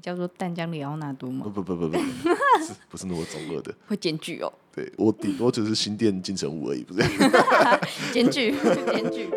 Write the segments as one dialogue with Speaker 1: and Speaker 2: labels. Speaker 1: 叫做淡江里奥纳多
Speaker 2: 不
Speaker 1: 吗？
Speaker 2: 不不不不，不是不是那么中二的。
Speaker 1: 会检举哦，
Speaker 2: 对我顶多只是新店金城武而已，不是？
Speaker 1: 检 举，检举。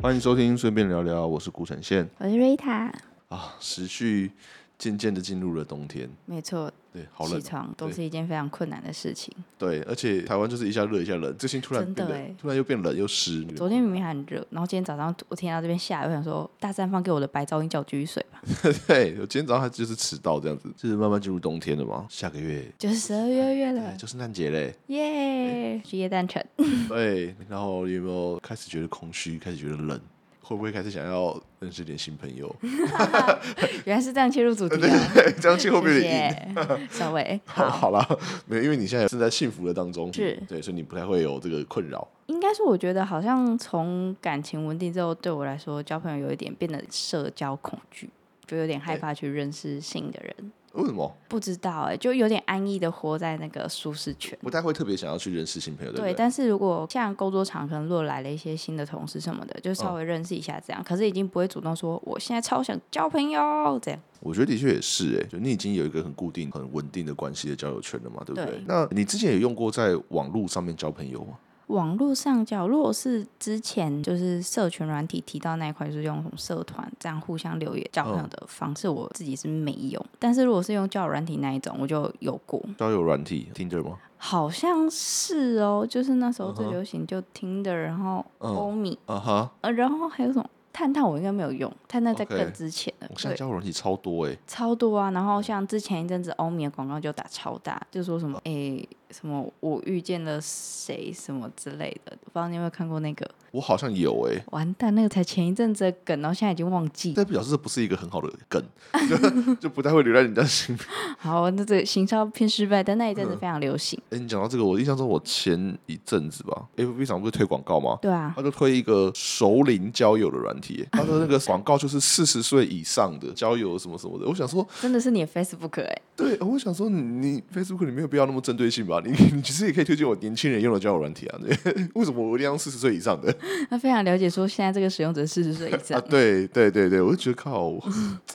Speaker 2: 欢迎收听，顺便聊聊，我是古城县
Speaker 1: 我是瑞塔，
Speaker 2: 啊。时序渐渐的进入了冬天，
Speaker 1: 没错，
Speaker 2: 对，好冷
Speaker 1: 起，床都
Speaker 2: 对
Speaker 1: 是一件非常困难的事情。
Speaker 2: 对，而且台湾就是一下热一下冷，最近突然
Speaker 1: 真
Speaker 2: 变
Speaker 1: 的
Speaker 2: 冷
Speaker 1: 欸，
Speaker 2: 突然又变冷又湿。
Speaker 1: 昨天明明还很热，然后今天早上我听到这边下雨，我想说大三方给我的白噪音叫我继续睡吧。
Speaker 2: 对，我今天早上还就是迟到这样子，就是慢慢进入冬天了嘛。下个月
Speaker 1: 就是十二月月
Speaker 2: 对
Speaker 1: 了，
Speaker 2: 就圣诞节嘞，
Speaker 1: 耶！去夜诞城，
Speaker 2: 对，然后你有没有开始觉得空虚，开始觉得冷？会不会开始想要认识点新朋友？
Speaker 1: 原来是这样切入主题 啊！
Speaker 2: 这样气会不会有
Speaker 1: 谢
Speaker 2: 点硬？
Speaker 1: 谢，稍微
Speaker 2: 好
Speaker 1: 好。
Speaker 2: 好啦，没有，因为你现在正在幸福的当中，
Speaker 1: 是
Speaker 2: 对，所以你不太会有这个困扰。
Speaker 1: 应该是我觉得好像从感情稳定之后，对我来说交朋友有一点变得社交恐惧，就有点害怕去认识新的人。
Speaker 2: 为什么
Speaker 1: 不知道哎、就有点安逸的活在那个舒适圈。
Speaker 2: 不太会特别想要去认识新朋友？
Speaker 1: 对，
Speaker 2: 不对？
Speaker 1: 但是如果像工作场，可能如果来了一些新的同事什么的，
Speaker 2: 嗯
Speaker 1: 就稍微认识一下这样，可是已经不会主动说我现在超想交朋友哦这样。
Speaker 2: 我觉得的确也是、哎，就你已经有一个很固定、很稳定的关系的交友圈了嘛，对不对？
Speaker 1: 对
Speaker 2: 那你之前有用过在网络上面交朋友吗？
Speaker 1: 网络上交，如果是之前就是社群软体提到那一块，就是用什么社团这样互相留言交
Speaker 2: 嗯
Speaker 1: 朋友的方式，我自己是没有。但是如果是用交友软体那一种，我就有过，
Speaker 2: 交友软体 Tinder 吗？
Speaker 1: 好像是哦，就是那时候最
Speaker 2: 嗯哼
Speaker 1: 流行就听的，然后
Speaker 2: 嗯
Speaker 1: 欧米
Speaker 2: 啊哈，
Speaker 1: 呃，然后还有什么探探，我应该没有用，探探在
Speaker 2: OK
Speaker 1: 更之前了
Speaker 2: 我现在
Speaker 1: 对，
Speaker 2: 交友软体超多哎、
Speaker 1: 超多啊。然后像之前一阵子欧米的广告就打超大，就说什么
Speaker 2: 嗯
Speaker 1: 诶、什么我遇见了谁什么之类的，不知道你有没有看过那个？
Speaker 2: 我好像有哎、
Speaker 1: 完蛋，那个才前一阵子的梗，然后现在已经忘记。
Speaker 2: 但表示这不是一个很好的梗， 就就不太会留在人家心里。
Speaker 1: 好，那这个行销偏失败，但那一阵子非常流行。
Speaker 2: 哎、你讲到这个，我印象中我前一阵子吧，FB 上不是推广告吗？
Speaker 1: 对啊，
Speaker 2: 他就推一个熟龄交友的软体耶，他说那个广告就是四十岁以上的交友什么什么的。我想说，
Speaker 1: 真的是你的 Facebook 哎、
Speaker 2: 对，我想说你你 Facebook 你没有必要那么针对性吧？你你其实也可以推荐我年轻人用的交友软体啊。对 为什么我一定要四十岁以上的？
Speaker 1: 他非常了解说现在这个使用者四十岁以
Speaker 2: 啊，
Speaker 1: 上。
Speaker 2: 对对对对，我就觉得靠，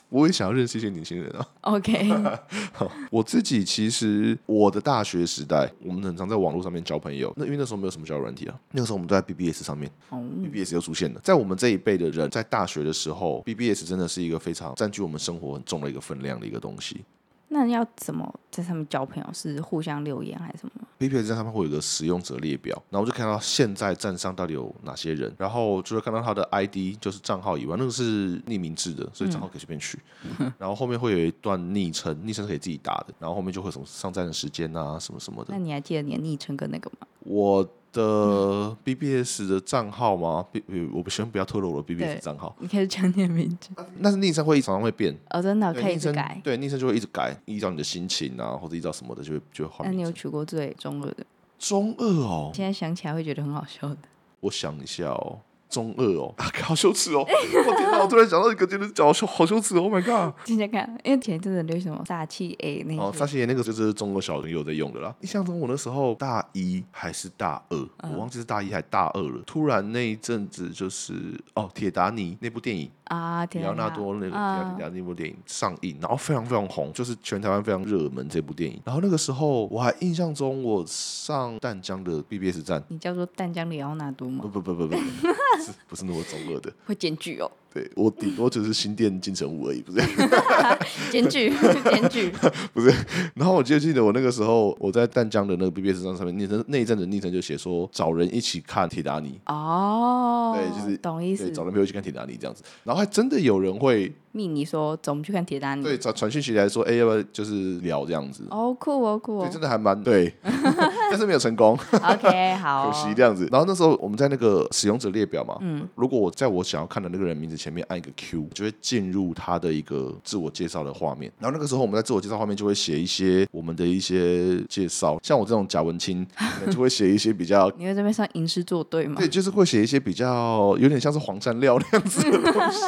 Speaker 2: 我也想要认识一些年轻人啊。
Speaker 1: OK，
Speaker 2: 我自己其实我的大学时代，我们很常在网络上面交朋友。那因为那时候没有什么交友软体啊，那个时候我们都在 BBS 上面
Speaker 1: 哦
Speaker 2: ，BBS 又出现了。在我们这一辈的人，在大学的时候，BBS 真的是一个非常占据我们生活很重的一个分量的一个东西。
Speaker 1: 那要怎么在上面交朋友？是互相留言还是什么？
Speaker 2: BBS 上面会有一个使用者列表，然后我就看到现在站上到底有哪些人，然后就会看到他的 ID 就是账号以外，那个是匿名制的，所以账号可以随便取。 然后后面会有一段昵称，昵称是可以自己打的，然后后面就会有什么上站的时间啊，什么什么的
Speaker 1: 那。你还记得你的昵称跟那个吗？
Speaker 2: 我的 BBS 的账号吗？B，我不希望不要透露我的
Speaker 1: 对
Speaker 2: BBS 账号。
Speaker 1: 你开始讲你的名字
Speaker 2: 但是昵称会常常会变，
Speaker 1: 哦，真的
Speaker 2: 对
Speaker 1: 可以
Speaker 2: 昵
Speaker 1: 去
Speaker 2: 称
Speaker 1: 改。
Speaker 2: 对昵称就会一直改，依照你的心情啊，或者依照什么的就会就会
Speaker 1: 那
Speaker 2: 换
Speaker 1: 你
Speaker 2: 名
Speaker 1: 有
Speaker 2: 字。
Speaker 1: 取过最中二的？
Speaker 2: 中二哦，
Speaker 1: 现在想起来会觉得很好笑的。
Speaker 2: 我想一下哦，中二哦， 啊、好羞耻哦！我天哪，我突然想到一个，真的是好羞好羞耻哦！Oh my god！
Speaker 1: 今天看，因为前一阵子流行什么煞气 A 那
Speaker 2: 哦，
Speaker 1: 一
Speaker 2: 沙
Speaker 1: 些，
Speaker 2: 西爷那个就是中国小朋友在用的啦。印象中我那时候大一还是大二，
Speaker 1: 嗯
Speaker 2: 我忘记是大一还是大二了。突然那一阵子就是哦，《铁达尼》那部电影。
Speaker 1: 啊，
Speaker 2: 里
Speaker 1: 天
Speaker 2: 奥纳
Speaker 1: 哪
Speaker 2: 多那个《迪亚
Speaker 1: 啊
Speaker 2: 迪亚》那部电影上映，然后非常非常红，就是全台湾非常热门这部电影。然后那个时候我还印象中，我上淡江的 BBS 站，
Speaker 1: 你叫做淡江里奥纳多
Speaker 2: 不
Speaker 1: 吗？
Speaker 2: 不不不不，不是不是那么中二的，
Speaker 1: 会检举哦，
Speaker 2: 对我顶多只是新店金城武而已，不是。
Speaker 1: 检举，检举，
Speaker 2: 然后我就记得我那个时候我在淡江的那个 BBS 站上面，昵称那一阵子昵称就写说找人一起看《铁达尼》。
Speaker 1: 哦，
Speaker 2: 对，就是
Speaker 1: 懂意思
Speaker 2: 对，。找男朋友去看《铁达尼》这样子，然后还真的有人会
Speaker 1: 命你说走，我们去看铁达尼，
Speaker 2: 对传传讯息来说，哎、要不要就是聊这样子？
Speaker 1: 哦，酷哦，酷
Speaker 2: 对，
Speaker 1: 哦
Speaker 2: 真，的还蛮对，但是没有成功，
Speaker 1: OK，好，哦
Speaker 2: 可惜这样子。然后那时候我们在那个使用者列表嘛，嗯，如果我在我想要看的那个人名字前面按一个 Q，就会进入他的一个自我介绍的画面。然后那个时候我们在自我介绍画面就会写一些我们的一些介绍，像我这种贾文清，可能就会写一些比较。
Speaker 1: 你会这边算吟诗作对吗
Speaker 2: 对，？就是会写一些比较有点像是黄山料那样子的东西，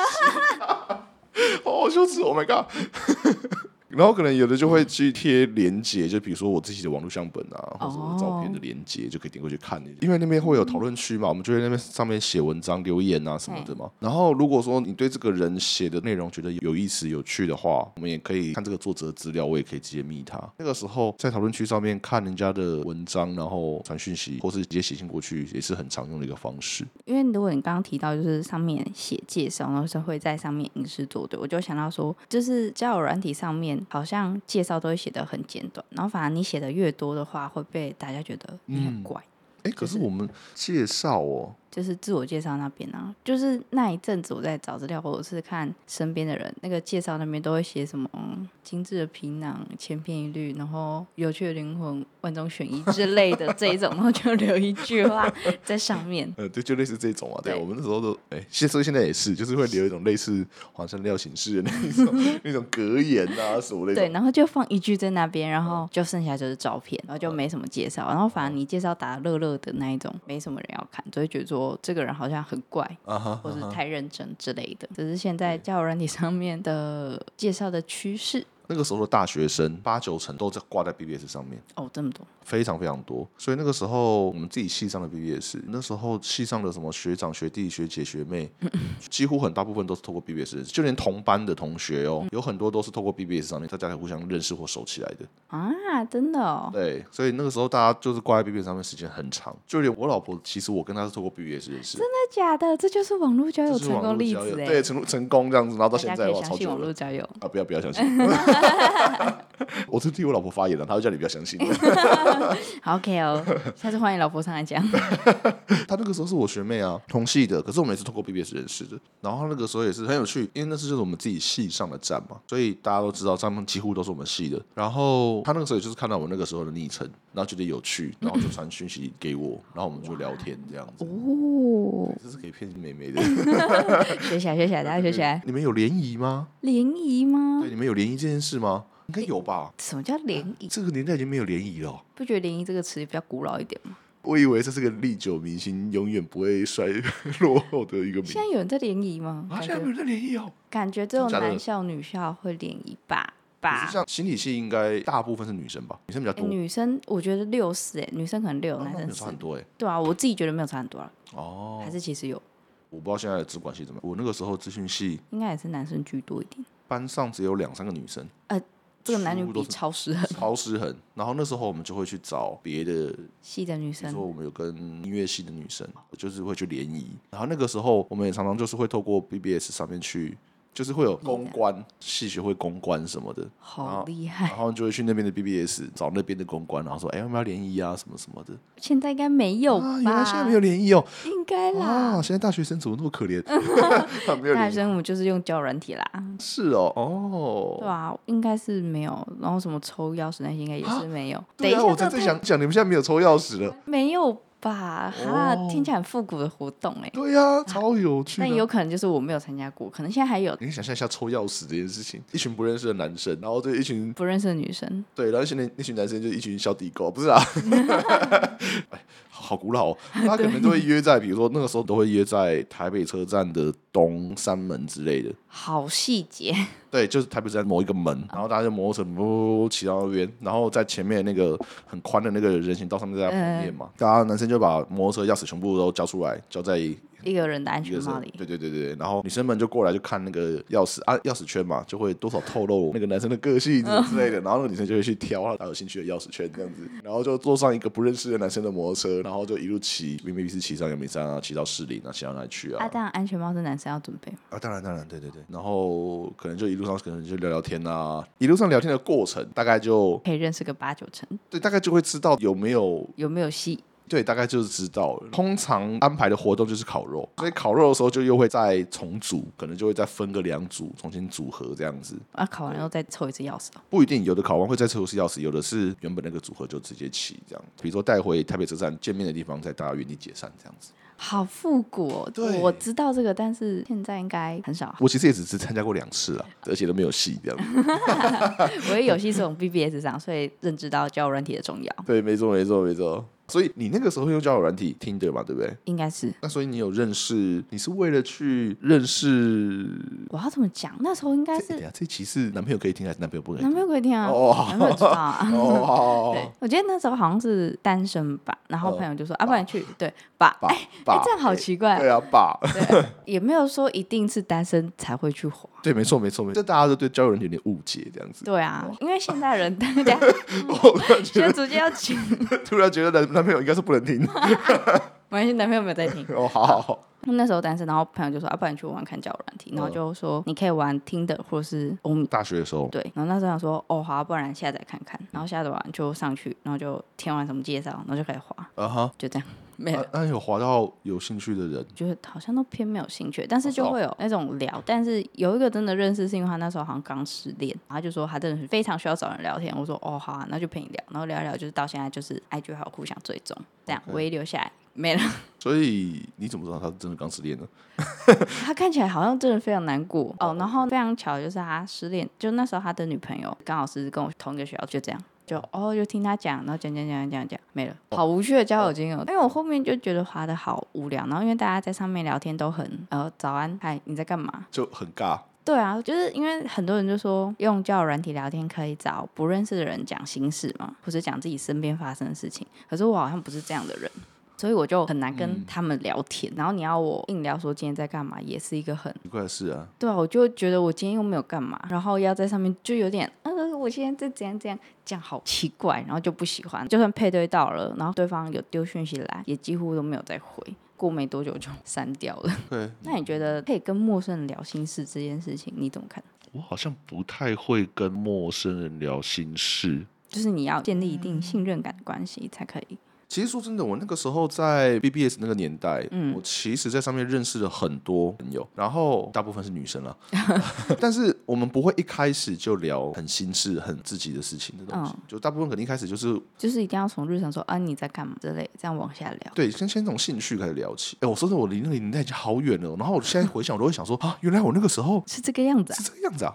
Speaker 2: 好好羞耻！Oh my god！然后可能有的就会去贴连接，就比如说我自己的网络相本啊，或者我照片的连接，就可以点过去看。因为那边会有讨论区嘛，我们就会在那边上面写文章、留言啊什么的嘛。然后如果说你对这个人写的内容觉得有意思、有趣的话，我们也可以看这个作者的资料，我也可以直接密他。那个时候在讨论区上面看人家的文章，然后传讯息或是直接写信过去，也是很常用的一个方式。
Speaker 1: 因为如果你刚刚提到就是上面写介绍，然后是会在上面吟诗作对，我就想到说，就是交友软体上面好像介绍都会写的很简短，然后反而你写的越多的话，会被大家觉得你很怪。
Speaker 2: 哎，可是我们介绍哦，
Speaker 1: 就是自我介绍那边啊，就是那一阵子我在找资料，或者是看身边的人，那个介绍那边都会写什么嗯精致的皮囊、千篇一律，然后有趣的灵魂、万中选一之类的这一种，然后就留一句话在上面。
Speaker 2: 呃，对，就类似这种啊，对啊，
Speaker 1: 对
Speaker 2: 我们那时候都，哎，现所以现在也是，就是会留一种类似黄山料形式的那一 种那种格言啊什么那
Speaker 1: 对，
Speaker 2: 种，嗯
Speaker 1: 然后就放一句在那边，然后就剩下就是照片，然后就没什么介绍，然后反而你介绍打乐乐的那一种，没什么人要看，就会觉得说这个人好像很怪，
Speaker 2: 啊哈，
Speaker 1: 或是太认真之类的。只是现在交友软体上面的介绍的趋势
Speaker 2: 那个时候的大学生八九成都在挂在 BBS 上面，
Speaker 1: 哦，这么多。
Speaker 2: 非常非常多，所以那个时候我们自己系上的 BBS，那时候系上的什么学长、学弟、学姐、学 妹，几乎很大部分都是透过 BBS 认识，就连同班的同学哦，有很多都是透过 BBS 上面大家才互相认识或熟起来的。
Speaker 1: 啊，真的哦，
Speaker 2: 对，所以那个时候大家就是挂在 BBS 上面时间很长，就连我老婆，其实我跟她是透过 BBS 认识
Speaker 1: 真
Speaker 2: 的，
Speaker 1: 的假的？这就是网络交友
Speaker 2: 这是
Speaker 1: 成
Speaker 2: 网
Speaker 1: 功
Speaker 2: 络
Speaker 1: 例
Speaker 2: 交友
Speaker 1: 子哎，
Speaker 2: 对，成成功这样子，然后到
Speaker 1: 大
Speaker 2: 现
Speaker 1: 家
Speaker 2: 在
Speaker 1: 可以
Speaker 2: 哇，
Speaker 1: 相
Speaker 2: 超
Speaker 1: 信
Speaker 2: 久
Speaker 1: 网
Speaker 2: 了
Speaker 1: 络交友。
Speaker 2: 啊！不要不要相信， 我是替我老婆发言了，她会叫你不要相信。
Speaker 1: 好 OK 哦，下次欢迎老婆上来讲。
Speaker 2: 她那个时候是我学妹啊，同系的，可是我们也是通过 BBS 认识的。然后她那个时候也是很有趣，因为那是就是我们自己系上的站嘛，所以大家都知道上面几乎都是我们系的。然后她那个时候也就是看到我那个时候的昵称，然后觉得有趣，然后就传讯息给我，然后我们就聊天这样子。
Speaker 1: 哦，
Speaker 2: 这是可以骗妹妹的，
Speaker 1: 学起来，学起来，大家学起来。
Speaker 2: 你们有联谊吗？
Speaker 1: 联谊吗
Speaker 2: 对，？你们有联谊这件事吗？应该有吧。
Speaker 1: 什么叫联谊？
Speaker 2: 这个年代已经没有联谊了。
Speaker 1: 不觉得联谊这个词比较古老一点吗？
Speaker 2: 我以为这是个历久弥新、永远不会衰落后的一个名
Speaker 1: 现。在有人在联谊吗？
Speaker 2: 啊，
Speaker 1: 感
Speaker 2: 现在没有
Speaker 1: 觉
Speaker 2: 人在联谊哦。
Speaker 1: 感觉只有
Speaker 2: 真假的
Speaker 1: 男校、女校会联谊吧
Speaker 2: 可
Speaker 1: 吧
Speaker 2: 是。像心理系，应该大部分是女生吧？女生比较
Speaker 1: 诶
Speaker 2: 多，
Speaker 1: 女生我觉得六十哎，女生可能六，
Speaker 2: 哦那
Speaker 1: 男
Speaker 2: 没有
Speaker 1: 生四
Speaker 2: 差很。多哎。
Speaker 1: 对啊，我自己觉得没有差很多了，
Speaker 2: 哦
Speaker 1: 还，是其实有，
Speaker 2: 我不知道现在的资管系怎么样。我那个时候资讯系
Speaker 1: 应该也是男生居多一点。
Speaker 2: 班上只有两三个女生，
Speaker 1: 这个男女
Speaker 2: 几乎都
Speaker 1: 比
Speaker 2: 是
Speaker 1: 超失衡，
Speaker 2: 超失衡。然后那时候我们就会去找别的
Speaker 1: 系的女
Speaker 2: 比如
Speaker 1: 生
Speaker 2: 说我们有跟音乐系的女生，就是会去联谊，然后那个时候我们也常常就是会透过 BBS 上面去，就是会有公关系学会公关什么的，
Speaker 1: 好厉害，
Speaker 2: 然后就会去那边的 BBS 找那边的公关，然后说哎我们要联谊啊什么什么的，
Speaker 1: 现在应该没有吧？
Speaker 2: 啊原来现在没有联谊哦，
Speaker 1: 应该啦。
Speaker 2: 啊现在大学生怎么那么 可怜，没有
Speaker 1: 大
Speaker 2: 联
Speaker 1: 学
Speaker 2: 谊
Speaker 1: 生我就是用交友软体啦，
Speaker 2: 是哦
Speaker 1: 对
Speaker 2: 哦。
Speaker 1: 啊，应该是没有。然后什么抽钥匙那些应该也是没有。等
Speaker 2: 对
Speaker 1: 一
Speaker 2: 啊，
Speaker 1: 下，
Speaker 2: 我才
Speaker 1: 这
Speaker 2: 在
Speaker 1: 太
Speaker 2: 想讲，你们现在没有抽钥匙了。
Speaker 1: 没有吧？哈，
Speaker 2: 哦
Speaker 1: 听起来很复古的活动哎、
Speaker 2: 对呀、超有 趣的。
Speaker 1: 但有可能就是我没有参加过，可能现在还有
Speaker 2: 你可以想象一下抽钥匙这件事情，一群不认识的男生，然后对一群
Speaker 1: 不认识的女生。
Speaker 2: 对，然后现在那群男生就是一群小地 沟，不是啊，哎，好古老、哦，他可能都会约在，比如说那个时候都会约在台北车站的东三门之类的，
Speaker 1: 好细节，
Speaker 2: 对，就是台北车站某一个门，然后大家就摩托车呜骑到那边，然后在前面那个很宽的那个人行道上面，在旁边嘛，大家男生就把摩托车钥匙全部都交出来，交在
Speaker 1: 一个人的安
Speaker 2: 一个
Speaker 1: 全帽
Speaker 2: 人，
Speaker 1: 里，
Speaker 2: 对对对对，然后女生们就过来就看那个钥匙啊，钥匙圈嘛，就会多少透露那个男生的个性之类的，然后那个女生就会去挑她有兴趣的钥匙圈这样子，然后就坐上一个不认识的男生的摩托车，然后就一路骑，明明是骑上阳明山啊，骑到士林啊，骑到哪里去啊
Speaker 1: 啊，？当然安全帽是男生要准备嘛。
Speaker 2: 啊，当然当然，对对对，然后可能就一路上可能就聊聊天啊，一路上聊天的过程大概就
Speaker 1: 可以认识个八九成，
Speaker 2: 对，大概就会知道有没有
Speaker 1: 有没有戏？
Speaker 2: 对，大概就是知道了。通常安排的活动就是烤肉，所以烤肉的时候就又会再重组，可能就会再分个两组，重新组合这样子。
Speaker 1: 啊，考完以后再抽一次钥匙哦。
Speaker 2: 不一定，有的考完会再抽是钥匙，有的是原本那个组合就直接起这样。比如说带回台北车站见面的地方，再大家原地解散这样子。
Speaker 1: 好复古、哦，
Speaker 2: 对
Speaker 1: 我知道这个，但是现在应该很少。
Speaker 2: 我其实也只是参加过两次啊，而且都没有戏这样子。
Speaker 1: 我也有些从 BBS 上，所以认知到交友软体的重要，
Speaker 2: 对，没错，没错，没错。所以你那个时候用交友软体听的嘛，对不对？
Speaker 1: 应该是
Speaker 2: 那所以你有认识，你是为了去认识？
Speaker 1: 我要怎么讲？那时候应该
Speaker 2: 哎等一
Speaker 1: 是
Speaker 2: 下这期是男朋友可以听还是男朋友不能
Speaker 1: 男
Speaker 2: 听？
Speaker 1: 朋友可以听啊，
Speaker 2: 哦好
Speaker 1: 男朋友知道 啊。
Speaker 2: 哦好好，
Speaker 1: 对
Speaker 2: 好，
Speaker 1: 我记得那时候好像是单身吧，然后
Speaker 2: 哦
Speaker 1: 朋友就说：“啊，不然去对吧？”
Speaker 2: 爸
Speaker 1: 哎，
Speaker 2: 爸，
Speaker 1: 这样好奇怪
Speaker 2: 对啊，爸，
Speaker 1: 也没有说一定是单身才会去滑。
Speaker 2: 对，没错，没错，没错。这大家都对交友软体有点误解，这样子。
Speaker 1: 对啊，因为现代人大 家
Speaker 2: 我突然
Speaker 1: 就
Speaker 2: 觉得，
Speaker 1: 直接要 请，
Speaker 2: 突然觉得男男朋友应该是不能听。
Speaker 1: 没关系，男朋友没有在听。
Speaker 2: 哦，好好好，
Speaker 1: 那时候单身，然后朋友就说：“啊，不然你去玩玩看交友软体。”然后就说：“你可以玩听的或是欧米。”
Speaker 2: 大学的时候，
Speaker 1: 对，然后那时候想说，哦，好啊、不然下载看看。然后下载完就上去，然后就填完什么介绍，然后就开始滑，
Speaker 2: 啊哈，啊
Speaker 1: 就这样，没了。
Speaker 2: 那那有滑到有兴趣的人，
Speaker 1: 觉得好像都偏没有兴趣，但是
Speaker 2: 哦
Speaker 1: 就会有那种聊。但是有一个真的认识，是因为他那时候好像刚失恋，然后他就说他真的是非常需要找人聊天。我说哦好、啊，那就陪你聊，然后聊一聊，就是到现在就是 IG 还有互相追踪，这样
Speaker 2: OK
Speaker 1: 唯一留下来没了。
Speaker 2: 所以你怎么知道他是真的刚失恋呢？
Speaker 1: 他看起来好像真的非常难过哦。然后非常巧，就是他失恋，就那时候他的女朋友刚好是跟我同一个学校，就这样。就哦，就听他讲，然后讲讲讲讲讲，没了，好无趣的交友经哦。因为我后面就觉得滑的好无聊，然后因为大家在上面聊天都很呃早安，嗨，你在干嘛？
Speaker 2: 就很尬。
Speaker 1: 对啊，就是因为很多人就说用交友软体聊天可以找不认识的人讲心事嘛，或者讲自己身边发生的事情。可是我好像不是这样的人，所以我就很难跟他们聊天。然后你要我硬聊说今天在干嘛，也是一个很
Speaker 2: 奇怪的是啊，
Speaker 1: 对啊，我就觉得我今天又没有干嘛，然后要在上面就有点，呃，我现在在怎样怎样，这样好奇怪，然后就不喜欢。就算配对到了，然后对方有丢讯息来，也几乎都没有再回。过没多久就 删掉了。
Speaker 2: 对，
Speaker 1: 那你觉得可以跟陌生人聊心事这件事情，你怎么看？
Speaker 2: 我好像不太会跟陌生人聊心事。
Speaker 1: 就是你要建立一定信任感的关系才可以。
Speaker 2: 其实说真的，我那个时候在 BBS 那个年代，我其实在上面认识了很多朋友，然后大部分是女生啦，但是我们不会一开始就聊很心事、很自己的事情的东西，就大部分可能一开始就是
Speaker 1: 就是一定要从日常说啊你在干嘛之类，这样往下聊。
Speaker 2: 对，先先从兴趣开始聊起。哎，我说真的，我离那个年代已经好远了，然后我现在回想，我都会想说啊，原来我那个时候
Speaker 1: 是这个样子啊
Speaker 2: 是，这个样子啊，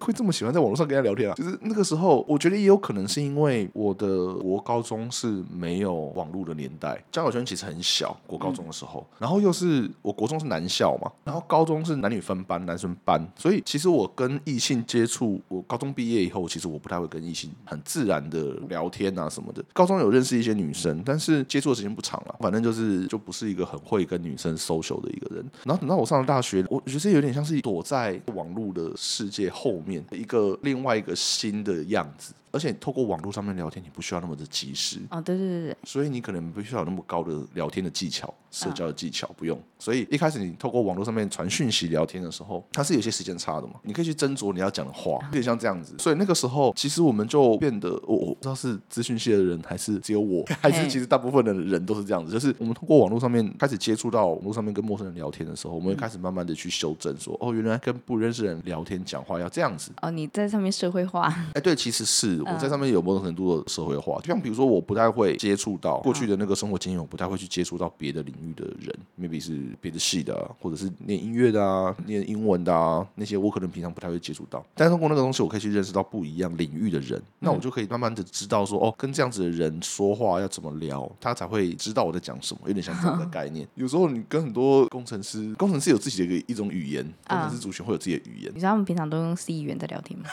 Speaker 2: 会这么喜欢在网络上跟人家聊天啊？就是那个时候，我觉得也有可能是因为我的国高中是没有网络的年代，交友圈其实很小，国高中的时
Speaker 1: 嗯
Speaker 2: 候，然后又是我国中是男校嘛，然后高中是男女分班，男生班，所以其实我跟异性接触，我高中毕业以后，其实我不太会跟异性很自然的聊天啊什么的。高中有认识一些女生，但是接触的时间不长了，反正就是就不是一个很会跟女生 social 的一个人。然后等到我上了大学，我觉得有点像是躲在网络的世界后面一个另外一个新的样子。而且透过网络上面聊天，你不需要那么的及时，
Speaker 1: 哦，对对对对，
Speaker 2: 所以你可能不需要有那么高的聊天的技巧、社交的技巧，不用。所以一开始你透过网络上面传讯息聊天的时候，它是有些时间差的嘛，你可以去斟酌你要讲的话，有点像这样子。所以那个时候，其实我们就变得，我我不知道是资讯系的人，还是只有我，还是其实大部分的人都是这样子，就是我们通过网络上面开始接触到网络上面跟陌生人聊天的时候，我们会开始慢慢的去修正说，哦，原来跟不认识的人聊天讲话要这样子，
Speaker 1: 哦你在上面社会化，
Speaker 2: 哎，对，其实是我在上面有某种程度的社会化，就像比如说，我不太会接触到过去的那个生活经验，我不太会去接触到别的领域的人，maybe 是别的系的、啊，或者是念音乐的啊，念英文的啊，那些我可能平常不太会接触到。但是通过那个东西，我可以去认识到不一样领域的人，那我就可以慢慢的知道说，哦，跟这样子的人说话要怎么聊，他才会知道我在讲什么，有点像这样的概念。有时候你跟很多工程师，工程师有自己的一个一种语言，工程师族群会有自己的语言，
Speaker 1: 你知道他们平常都用 C 语言在聊天吗？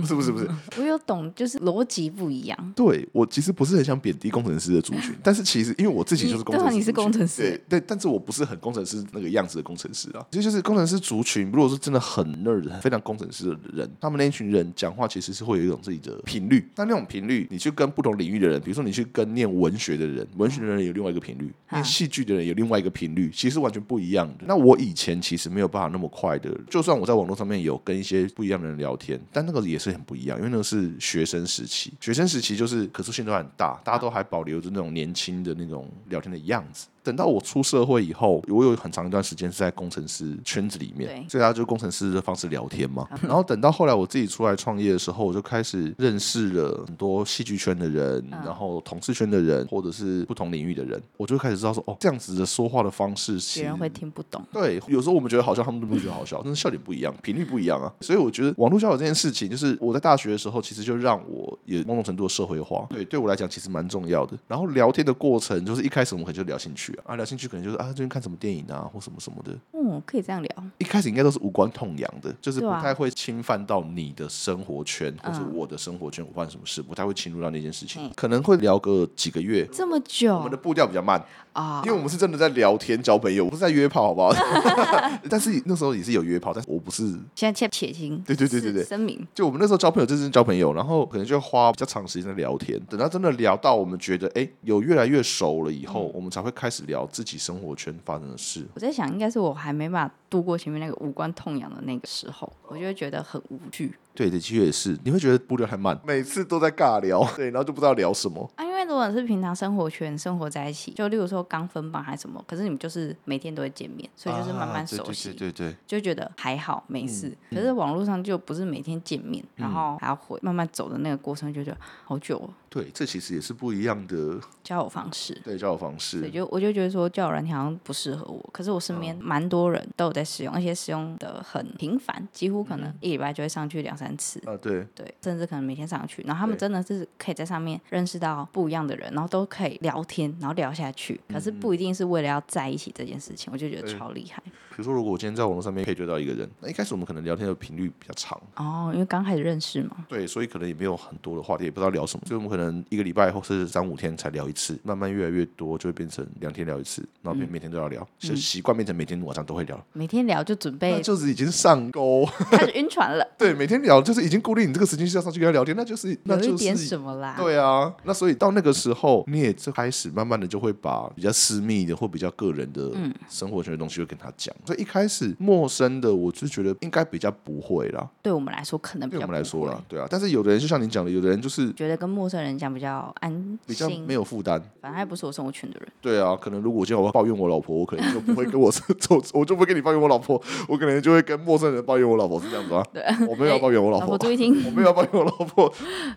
Speaker 2: 不 是不是不是，
Speaker 1: 我有懂，就是逻辑不一样。
Speaker 2: 对我其实不是很想贬低工程师的族 群，但是其实因为我自己就是工程师族群，
Speaker 1: 你对啊你是工程师
Speaker 2: 对对，但是我不是很工程师那个样子的工程师啊。其实就是工程师族群，如果说真的很 nerd、非常工程师的人，他们那一群人讲话其实是会有一种自己的频率。那那种频率，你去跟不同领域的人，比如说你去跟念文学的人，文学的人有另外一个频率，
Speaker 1: 啊
Speaker 2: 念戏剧的人有另外一个频率，其实完全不一样的。那我以前其实没有办法那么快的，就算我在网络上面有跟一些不一样的人聊天，但那个也是很不一样，因为那个是学生时期，学生时期就是可塑性都很大，大家都还保留着那种年轻的那种聊天的样子。等到我出社会以后，我有很长一段时间是在工程师圈子里面
Speaker 1: 对，嗯
Speaker 2: 所以大家就工程师的方式聊天嘛。然后等到后来我自己出来创业的时候，我就开始认识了很多戏剧圈的人，
Speaker 1: 嗯
Speaker 2: 然后同事圈的人，或者是不同领域的人，我就开始知道说，哦，这样子的说话的方式，
Speaker 1: 别人会听不懂。
Speaker 2: 对，有时候我们觉得好笑，他们都不觉得好笑，但是笑点不一样，频率不一样啊。所以我觉得网络交友这件事情，就是我在大学的时候，其实就让我也某种程度的社会化。对，对我来讲其实蛮重要的。然后聊天的过程，就是一开始我们可能就聊兴趣啊，啊聊兴趣可能就是啊最近看什么电影啊，或什么什么的。
Speaker 1: 嗯，可以这样聊。
Speaker 2: 一开始应该都是无关痛痒的，就是
Speaker 1: 对
Speaker 2: 不
Speaker 1: 啊
Speaker 2: 太会侵犯到你的生活圈、或者
Speaker 1: 嗯
Speaker 2: 我的生活圈，我发生什么事，不太会侵入到那件事情，
Speaker 1: 嗯
Speaker 2: 可能会聊个几个月。
Speaker 1: 这么
Speaker 2: 我们的
Speaker 1: 久
Speaker 2: 步调比较慢，
Speaker 1: 啊
Speaker 2: 因为我们是真的在聊天交朋友，不是在约炮，好不 好？但是那时候也是有约炮，但是我不是。
Speaker 1: 现在且且行，
Speaker 2: 对对对对对
Speaker 1: 声明
Speaker 2: 就我们那时候交朋友，真正交朋友，然后可能就要花比较长时间在聊天。等到真的聊到我们觉得哎有越来越熟了以后，
Speaker 1: 嗯
Speaker 2: 我们才会开始聊自己生活圈发生的事。
Speaker 1: 我在想，应该是我还没办法度过前面那个无关痛痒的那个时候，我就会觉得很无趣
Speaker 2: 对的，其实也是，你会觉得步调太慢，每次都在 尬聊，对，然后就不知道聊什么。
Speaker 1: 啊。因为如果是平常生活圈生活在一起，就例如说刚分班还是什么，可是你们就是每天都会见面，所以就是慢慢
Speaker 2: 啊
Speaker 1: 熟悉，
Speaker 2: 对对嗯对对对
Speaker 1: 就觉得还好没事。可是网络上就不是每天见面，
Speaker 2: 嗯
Speaker 1: 然后还要回慢慢走的那个过程，就觉得好久哦，
Speaker 2: 对，这其实也是不一样的
Speaker 1: 交友方式。
Speaker 2: 对交友方
Speaker 1: 所
Speaker 2: 式
Speaker 1: 以。就我就觉得说交友软体好像不适合我，可是我身
Speaker 2: 嗯
Speaker 1: 边蛮多人都有在使用，而且使用的很频繁，几乎可
Speaker 2: 嗯
Speaker 1: 能一礼拜就会上去两三次，
Speaker 2: 啊，对，
Speaker 1: 对，甚至可能每天上去。然后他们
Speaker 2: 对
Speaker 1: 真的是可以在上面认识到不一样的人，然后都可以聊天，然后聊下去。可是不一定是为了要在一起这件事情，我就觉得
Speaker 2: 嗯对
Speaker 1: 超厉害
Speaker 2: 比如说，如果我今天在网络上面配对到一个人，那一开始我们可能聊天的频率比较长，
Speaker 1: 哦，因为刚开始认识嘛，
Speaker 2: 对，所以可能也没有很多的话题，也不知道聊什么，所以我们可能一个礼拜或是三五天才聊一次，慢慢越来越多，就会变成两天聊一次，然后
Speaker 1: 嗯
Speaker 2: 变每天都要聊，就习惯变成每天晚上都会聊，
Speaker 1: 每天聊就准
Speaker 2: 那
Speaker 1: 备
Speaker 2: 就是已经上钩。
Speaker 1: 开始晕船了，
Speaker 2: 对，每天聊就是已经固定，你这个时间是要上去跟他聊天，那就是 那
Speaker 1: 有
Speaker 2: 就
Speaker 1: 一点
Speaker 2: 是。
Speaker 1: 什么啦。
Speaker 2: 对啊，那所以到那个时候，你也就开始慢慢的就会把比较私密的或比较个人的
Speaker 1: 嗯
Speaker 2: 生活圈的东西会跟他讲。所以一开始陌生的，我就觉得应该比较不会啦。
Speaker 1: 对我们来说可嗯能比
Speaker 2: 对
Speaker 1: 较
Speaker 2: 我们来
Speaker 1: 不
Speaker 2: 说
Speaker 1: 会
Speaker 2: 啦，，对啊。但是有的人就像你讲的，有的人就是
Speaker 1: 觉得跟陌生人讲比较安
Speaker 2: 比较
Speaker 1: 心
Speaker 2: 没，有负担。
Speaker 1: 反正还不是我生活圈的人。
Speaker 2: 对啊，可能如果我今天我要抱怨我老婆，我可能就不会跟我 走，我就不会跟你抱怨我老婆，我可能就会跟陌生人抱怨我老婆，是这样子吗？
Speaker 1: 对，
Speaker 2: 我没有要抱怨我老
Speaker 1: 老
Speaker 2: 婆
Speaker 1: 婆，注意听，
Speaker 2: 我没有要抱怨我老婆。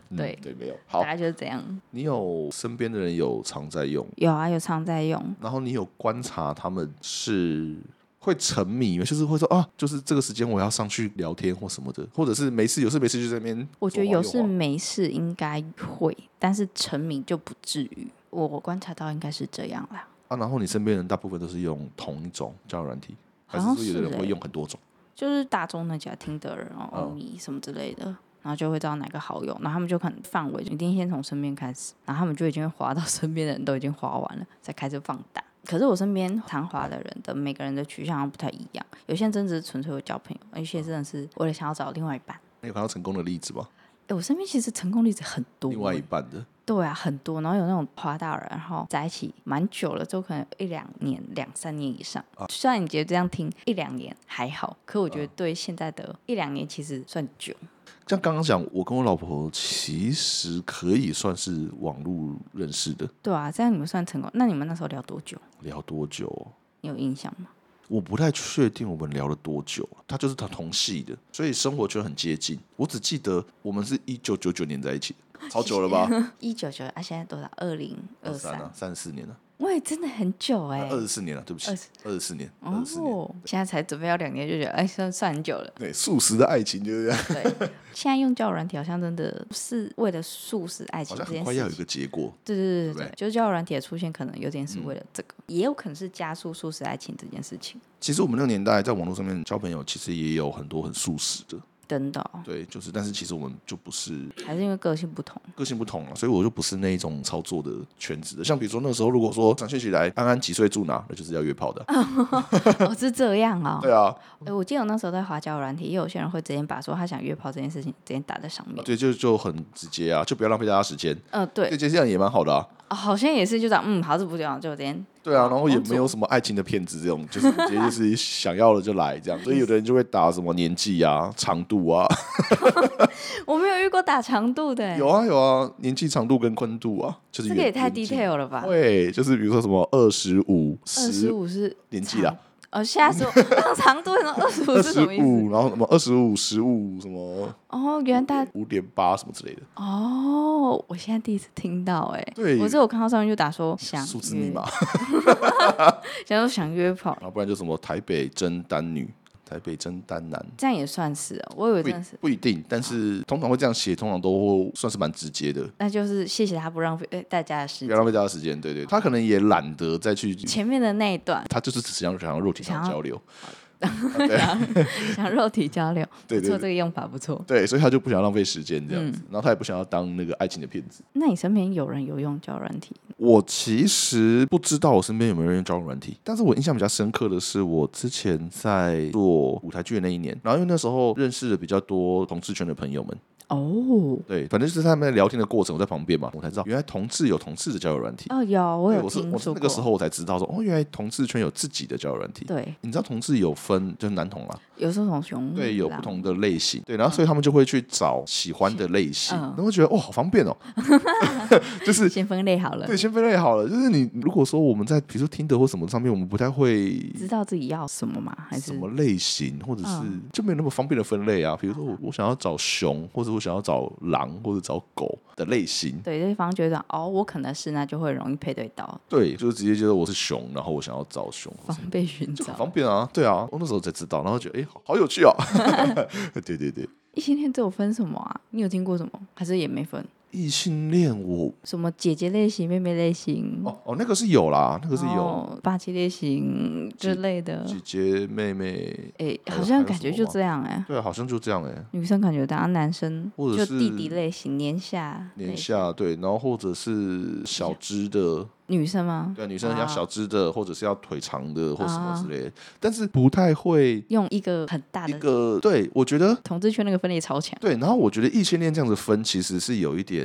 Speaker 2: 嗯
Speaker 1: 对
Speaker 2: 对，没有。好
Speaker 1: 大，概就是这样。
Speaker 2: 你有身边的人有常在用，
Speaker 1: 有啊，有常在用，
Speaker 2: 然后你有观察他们是。会沉迷吗，就是会说啊，就是这个时间我要上去聊天或什么的，或者是没事有事没事就在那边。
Speaker 1: 我觉得有事
Speaker 2: 事，
Speaker 1: 没事应该会，但是沉迷就不至于。我我观察到应该是这样啦。
Speaker 2: 啊，然后你身边人大部分都是用同一种交友软体，还是
Speaker 1: 好像
Speaker 2: 说有的
Speaker 1: 是
Speaker 2: 人会
Speaker 1: 欸
Speaker 2: 用很多种？
Speaker 1: 就是大众那家听的人哦，
Speaker 2: 嗯
Speaker 1: 欧米什么之类的，然后就会知道哪个好用，然后他们就可能范围一定先从身边开始，然后他们就已经划到 身边的人都已经划完了，再开始放大。可是我身边常划的人的每个人的取向好像不太一样，有些人真的是纯粹为交朋友，有些真的是为了想要找另外一半。
Speaker 2: 你有看到成功的例子吗？
Speaker 1: 哎，我身边其实成功例子很多欸，
Speaker 2: 另外一半的，
Speaker 1: 对啊，很多，然后有那种夸大人，然后在一起蛮久了，之后可能一两年、两三年以上。
Speaker 2: 啊
Speaker 1: 虽然你觉得这样听一两年还好，可我觉得对现在的一两年其实算久。
Speaker 2: 像刚刚讲，我跟我老婆其实可以算是网络认识的，
Speaker 1: 对啊，这样你们算成功？那你们那时候聊多久？
Speaker 2: 聊多久哦、
Speaker 1: 你有印象吗？
Speaker 2: 我不太确定我们聊了多久，她就是她同系的，所以生活圈很接近。我只记得我们是一九九九年在一起 的，超久了吧？
Speaker 1: 一九九啊，现在多少？二零二
Speaker 2: 三啊
Speaker 1: 三，，
Speaker 2: 三十四年了，
Speaker 1: 喂，真的很久哎、
Speaker 2: 二十四年了，啊对不起，二十四年，二十四年，。
Speaker 1: 哦，现在才准备要两年，就觉得哎，算算很久了
Speaker 2: 对，素食的爱情就是这 样，
Speaker 1: 对，现在用交友软体好像真的是为了速食爱
Speaker 2: 好
Speaker 1: 情这
Speaker 2: 像
Speaker 1: 件事
Speaker 2: 很快
Speaker 1: 情
Speaker 2: 要有一。个结果。
Speaker 1: 对对对对
Speaker 2: 对嗯不对
Speaker 1: 对，就是交友软体的出现，可能有点是为了这个，也有可能是加速速食爱情这件事情。
Speaker 2: 其实我们那个年代在网络上面交朋友，其实也有很多很素食的，
Speaker 1: 真的哦、
Speaker 2: 对，就是，但是其实我们就不是
Speaker 1: 还是因为个性不同，
Speaker 2: 个性不同了，所以我就不是那一种操作的圈子的。像比如说那个时候，如果说展现起来，安安几岁住哪，那就是要约炮的。
Speaker 1: 哦，是这样哦。
Speaker 2: 对啊，
Speaker 1: 哎、我记得我那时候在华交友软体，也有些人会直接把说他想约炮这件事情直接打在上面。
Speaker 2: 对，就就很直接啊，就不要浪费大家时间。
Speaker 1: 嗯、对
Speaker 2: 对，，就这样也蛮好的啊。
Speaker 1: 哦，好像也是就讲，嗯，好，这不重要，就这样。
Speaker 2: 对啊，然后也没有什么爱情的骗子这种，就是 直接就是想要了就来这样，所以有的人就会打什么年纪 啊、长度啊，
Speaker 1: 我没有遇过打长度的、欸，欸
Speaker 2: 有啊有啊，年纪、长度跟宽度啊，就是
Speaker 1: 这个也
Speaker 2: 远
Speaker 1: 太
Speaker 2: 远近
Speaker 1: detail 了吧？
Speaker 2: 对，就是比如说什么二十五、
Speaker 1: 二十五是
Speaker 2: 年纪啦，
Speaker 1: 哦，吓 死我！让长度二十五
Speaker 2: 二
Speaker 1: 是
Speaker 2: 十
Speaker 1: 什么意思？
Speaker 2: 五，然后什么二十五、十五什么
Speaker 1: 哦，原来大
Speaker 2: 五点八什么之类的，
Speaker 1: 哦，我现在第一次听到、哎，
Speaker 2: 对
Speaker 1: 我是有看到上面就打说想
Speaker 2: 数字密
Speaker 1: 约
Speaker 2: 码，， 啊
Speaker 1: 想说想约炮，
Speaker 2: 然后不然就什么台北真单女、台北真单男。
Speaker 1: 这样也算是、哦，我以为
Speaker 2: 不
Speaker 1: 真
Speaker 2: 一
Speaker 1: 的是，
Speaker 2: 不一定，但是通常会这样写，通常都算是蛮直接的，
Speaker 1: 那就是谢谢他不浪费呃大家的时
Speaker 2: 不
Speaker 1: 间
Speaker 2: 要。浪费大家时间。对对，他可能也懒得再去，
Speaker 1: 前面的那一段
Speaker 2: 他就是只想要想要肉体上
Speaker 1: 想
Speaker 2: 的
Speaker 1: 要
Speaker 2: 交流，
Speaker 1: 想肉体交流，
Speaker 2: 啊对
Speaker 1: 不错，
Speaker 2: 对对
Speaker 1: 这个用法不错。
Speaker 2: 对，所以他就不想浪费时间这样
Speaker 1: 嗯
Speaker 2: 子，然后他也不想要当那个爱情的骗子。
Speaker 1: 那你身边有人有用交友软体？
Speaker 2: 我其实不知道我身边有没有人用交友软体，但是我印象比较深刻的是，我之前在做舞台剧的那一年，然后因为那时候认识了比较多同志圈的朋友们，
Speaker 1: 哦
Speaker 2: 对，反正就是他们在聊天的过程，我在旁边嘛，我才知道原来同志有同志的交友软体。
Speaker 1: 哦，有我
Speaker 2: 对，
Speaker 1: 有
Speaker 2: 我是
Speaker 1: 听
Speaker 2: 我是
Speaker 1: 说
Speaker 2: 那
Speaker 1: 过。
Speaker 2: 个时候我才知道说，哦，原来同志圈有自己的交友软体。
Speaker 1: 对，
Speaker 2: 你知道同志有分，就是男同啦，
Speaker 1: 有时候从熊
Speaker 2: 对，有不
Speaker 1: 狼
Speaker 2: 同的类型，对，然后所以他们就会去找喜欢的类型，
Speaker 1: 嗯
Speaker 2: 然后觉得哦，好方 便哦，就是
Speaker 1: 先分类好了
Speaker 2: 对，，先分类好了。就是你如果说我们在比如说听的或什么上面，我们不太会
Speaker 1: 知道自己要什么吗？还是
Speaker 2: 什么类型，或者是
Speaker 1: 嗯
Speaker 2: 就没有那么方便的分类啊。比如说我我想要找熊，或者我想要找狼，或者找狗的类型，
Speaker 1: 对对方觉得哦，我可能是，那就会容易配对到，
Speaker 2: 对，就是直接觉得我是熊，然后我想要找熊，或者
Speaker 1: 方便寻
Speaker 2: 就很
Speaker 1: 找
Speaker 2: 方。便啊，对啊，我那时候才知道，然后觉得哎、好好 有趣哦，对对对，
Speaker 1: 异性恋这有分什么啊？你有听过什么？还是也没分？
Speaker 2: 异性恋我
Speaker 1: 什么姐姐类型、妹妹类型，
Speaker 2: 哦哦那个是有啦，那个是
Speaker 1: 然
Speaker 2: 有
Speaker 1: 后霸气类型之
Speaker 2: 姐
Speaker 1: 类的。
Speaker 2: 姐姐妹妹，
Speaker 1: 诶，
Speaker 2: 还有
Speaker 1: 好
Speaker 2: 还
Speaker 1: 像
Speaker 2: 有
Speaker 1: 感
Speaker 2: 什
Speaker 1: 觉
Speaker 2: 么
Speaker 1: 就
Speaker 2: 吗
Speaker 1: 这样哎，
Speaker 2: 对啊，好像就这样哎、
Speaker 1: 女生感觉当男生
Speaker 2: 或者
Speaker 1: 就弟
Speaker 2: 是
Speaker 1: 弟类型、年下类
Speaker 2: 年
Speaker 1: 型
Speaker 2: 下对，然后或者是小只的，
Speaker 1: 女生吗？
Speaker 2: 对，女生要
Speaker 1: 啊
Speaker 2: 小只的，或者是要腿长的，或什么
Speaker 1: 啊
Speaker 2: 之类的，但是不太会
Speaker 1: 用一个很大
Speaker 2: 一
Speaker 1: 的
Speaker 2: 个对，我觉得
Speaker 1: 统治圈那个分裂超强。
Speaker 2: 对，然后我觉得异性恋这样子分其实是有一点。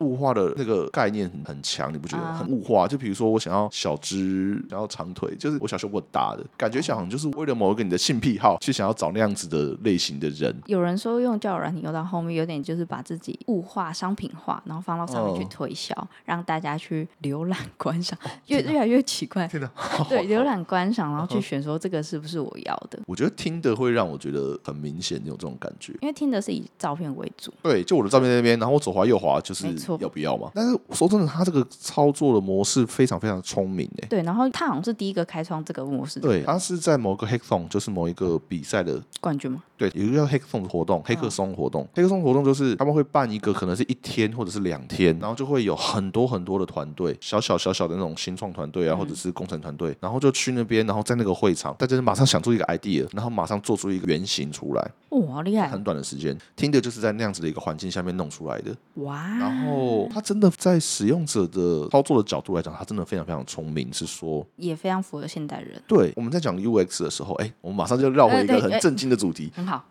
Speaker 2: 物化的那个概念很很强，你不觉得吗
Speaker 1: 啊
Speaker 2: 很物化？就比如说，我想要小只，想要长腿，就是我小时候我打的感觉，小好像就是为了某一个你的性癖好，去想要找那样子的类型的人。
Speaker 1: 有人说用交友软体用到后面，有点就是把自己物化、商品化，然后放到上面去
Speaker 2: 哦
Speaker 1: 推销，让大家去浏览、观赏，越越来越奇怪。
Speaker 2: 天哪，
Speaker 1: 对，浏览、观赏，
Speaker 2: 嗯
Speaker 1: 然后去选说这个是不是我要的。
Speaker 2: 我觉得听的会让我觉得很明显有这种感觉。
Speaker 1: 因为听的是以照片为主，
Speaker 2: 对，就我的照片在那边，然后我左滑右滑，就是
Speaker 1: 没错
Speaker 2: 要不要嘛？但是说真的，他这个操作的模式非常非常聪明诶、
Speaker 1: 对，然后他好像是第一个开创这个模式的
Speaker 2: 对，他是在某个 hackathon，就是某一个比赛的
Speaker 1: 冠军嘛。
Speaker 2: 对，有一个叫黑客松的活动，黑客松活
Speaker 1: 嗯
Speaker 2: 动，黑客松活动就是他们会办一个，可能是一天或者是两天，然后就会有很多很多的团队，小小小小的那种新创团队
Speaker 1: 嗯
Speaker 2: 啊，或者是工程团队，然后就去那边，然后在那个会场，大家就马上想出一个 idea，然后马上做出一个原型出来，
Speaker 1: 哇、好厉害！
Speaker 2: 很短的时间，听的就是在那样子的一个环境下面弄出来的。
Speaker 1: 哇，
Speaker 2: 然后它真的在使用者的操作的角度来讲，它真的非常非常聪明，是说
Speaker 1: 也非常符合现代人，
Speaker 2: 对我们在讲 UX 的时候，哎，我们马上就绕回一个
Speaker 1: 呃对
Speaker 2: 很
Speaker 1: 哎
Speaker 2: 震惊的主题。
Speaker 1: 很 好。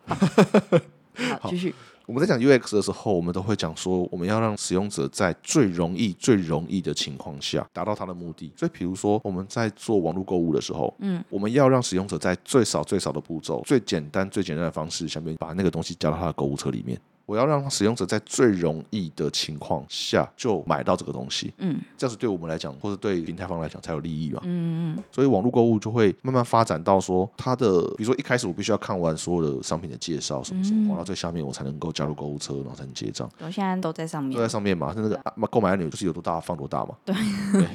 Speaker 1: 好，继续。
Speaker 2: 我们在讲 UX 的时候，我们都会讲说，我们要让使用者在最容易、最容易的情况下达到他的目的。所以，比如说我们在做网络购物的时候，嗯，我们要让使用者在最少、最少的步骤、最简单、最简单的方式下面，把那个东西加到他的购物车里面。我要让使用者在最容易的情况下就买到这个东西，
Speaker 1: 嗯
Speaker 2: 这样子对我们来讲，或者对平台方来讲才有利益嘛。
Speaker 1: 嗯嗯，
Speaker 2: 所以网络购物就会慢慢发展到说，它的比如说一开始我必须要看完所有的商品的介绍，什么什么，
Speaker 1: 嗯
Speaker 2: 滑到最下面我才能够加入购物车，然后才能结账。
Speaker 1: 我现在都在上面
Speaker 2: 都在。上面嘛，是那个啊购买按钮就是有多大放多大 嘛。对，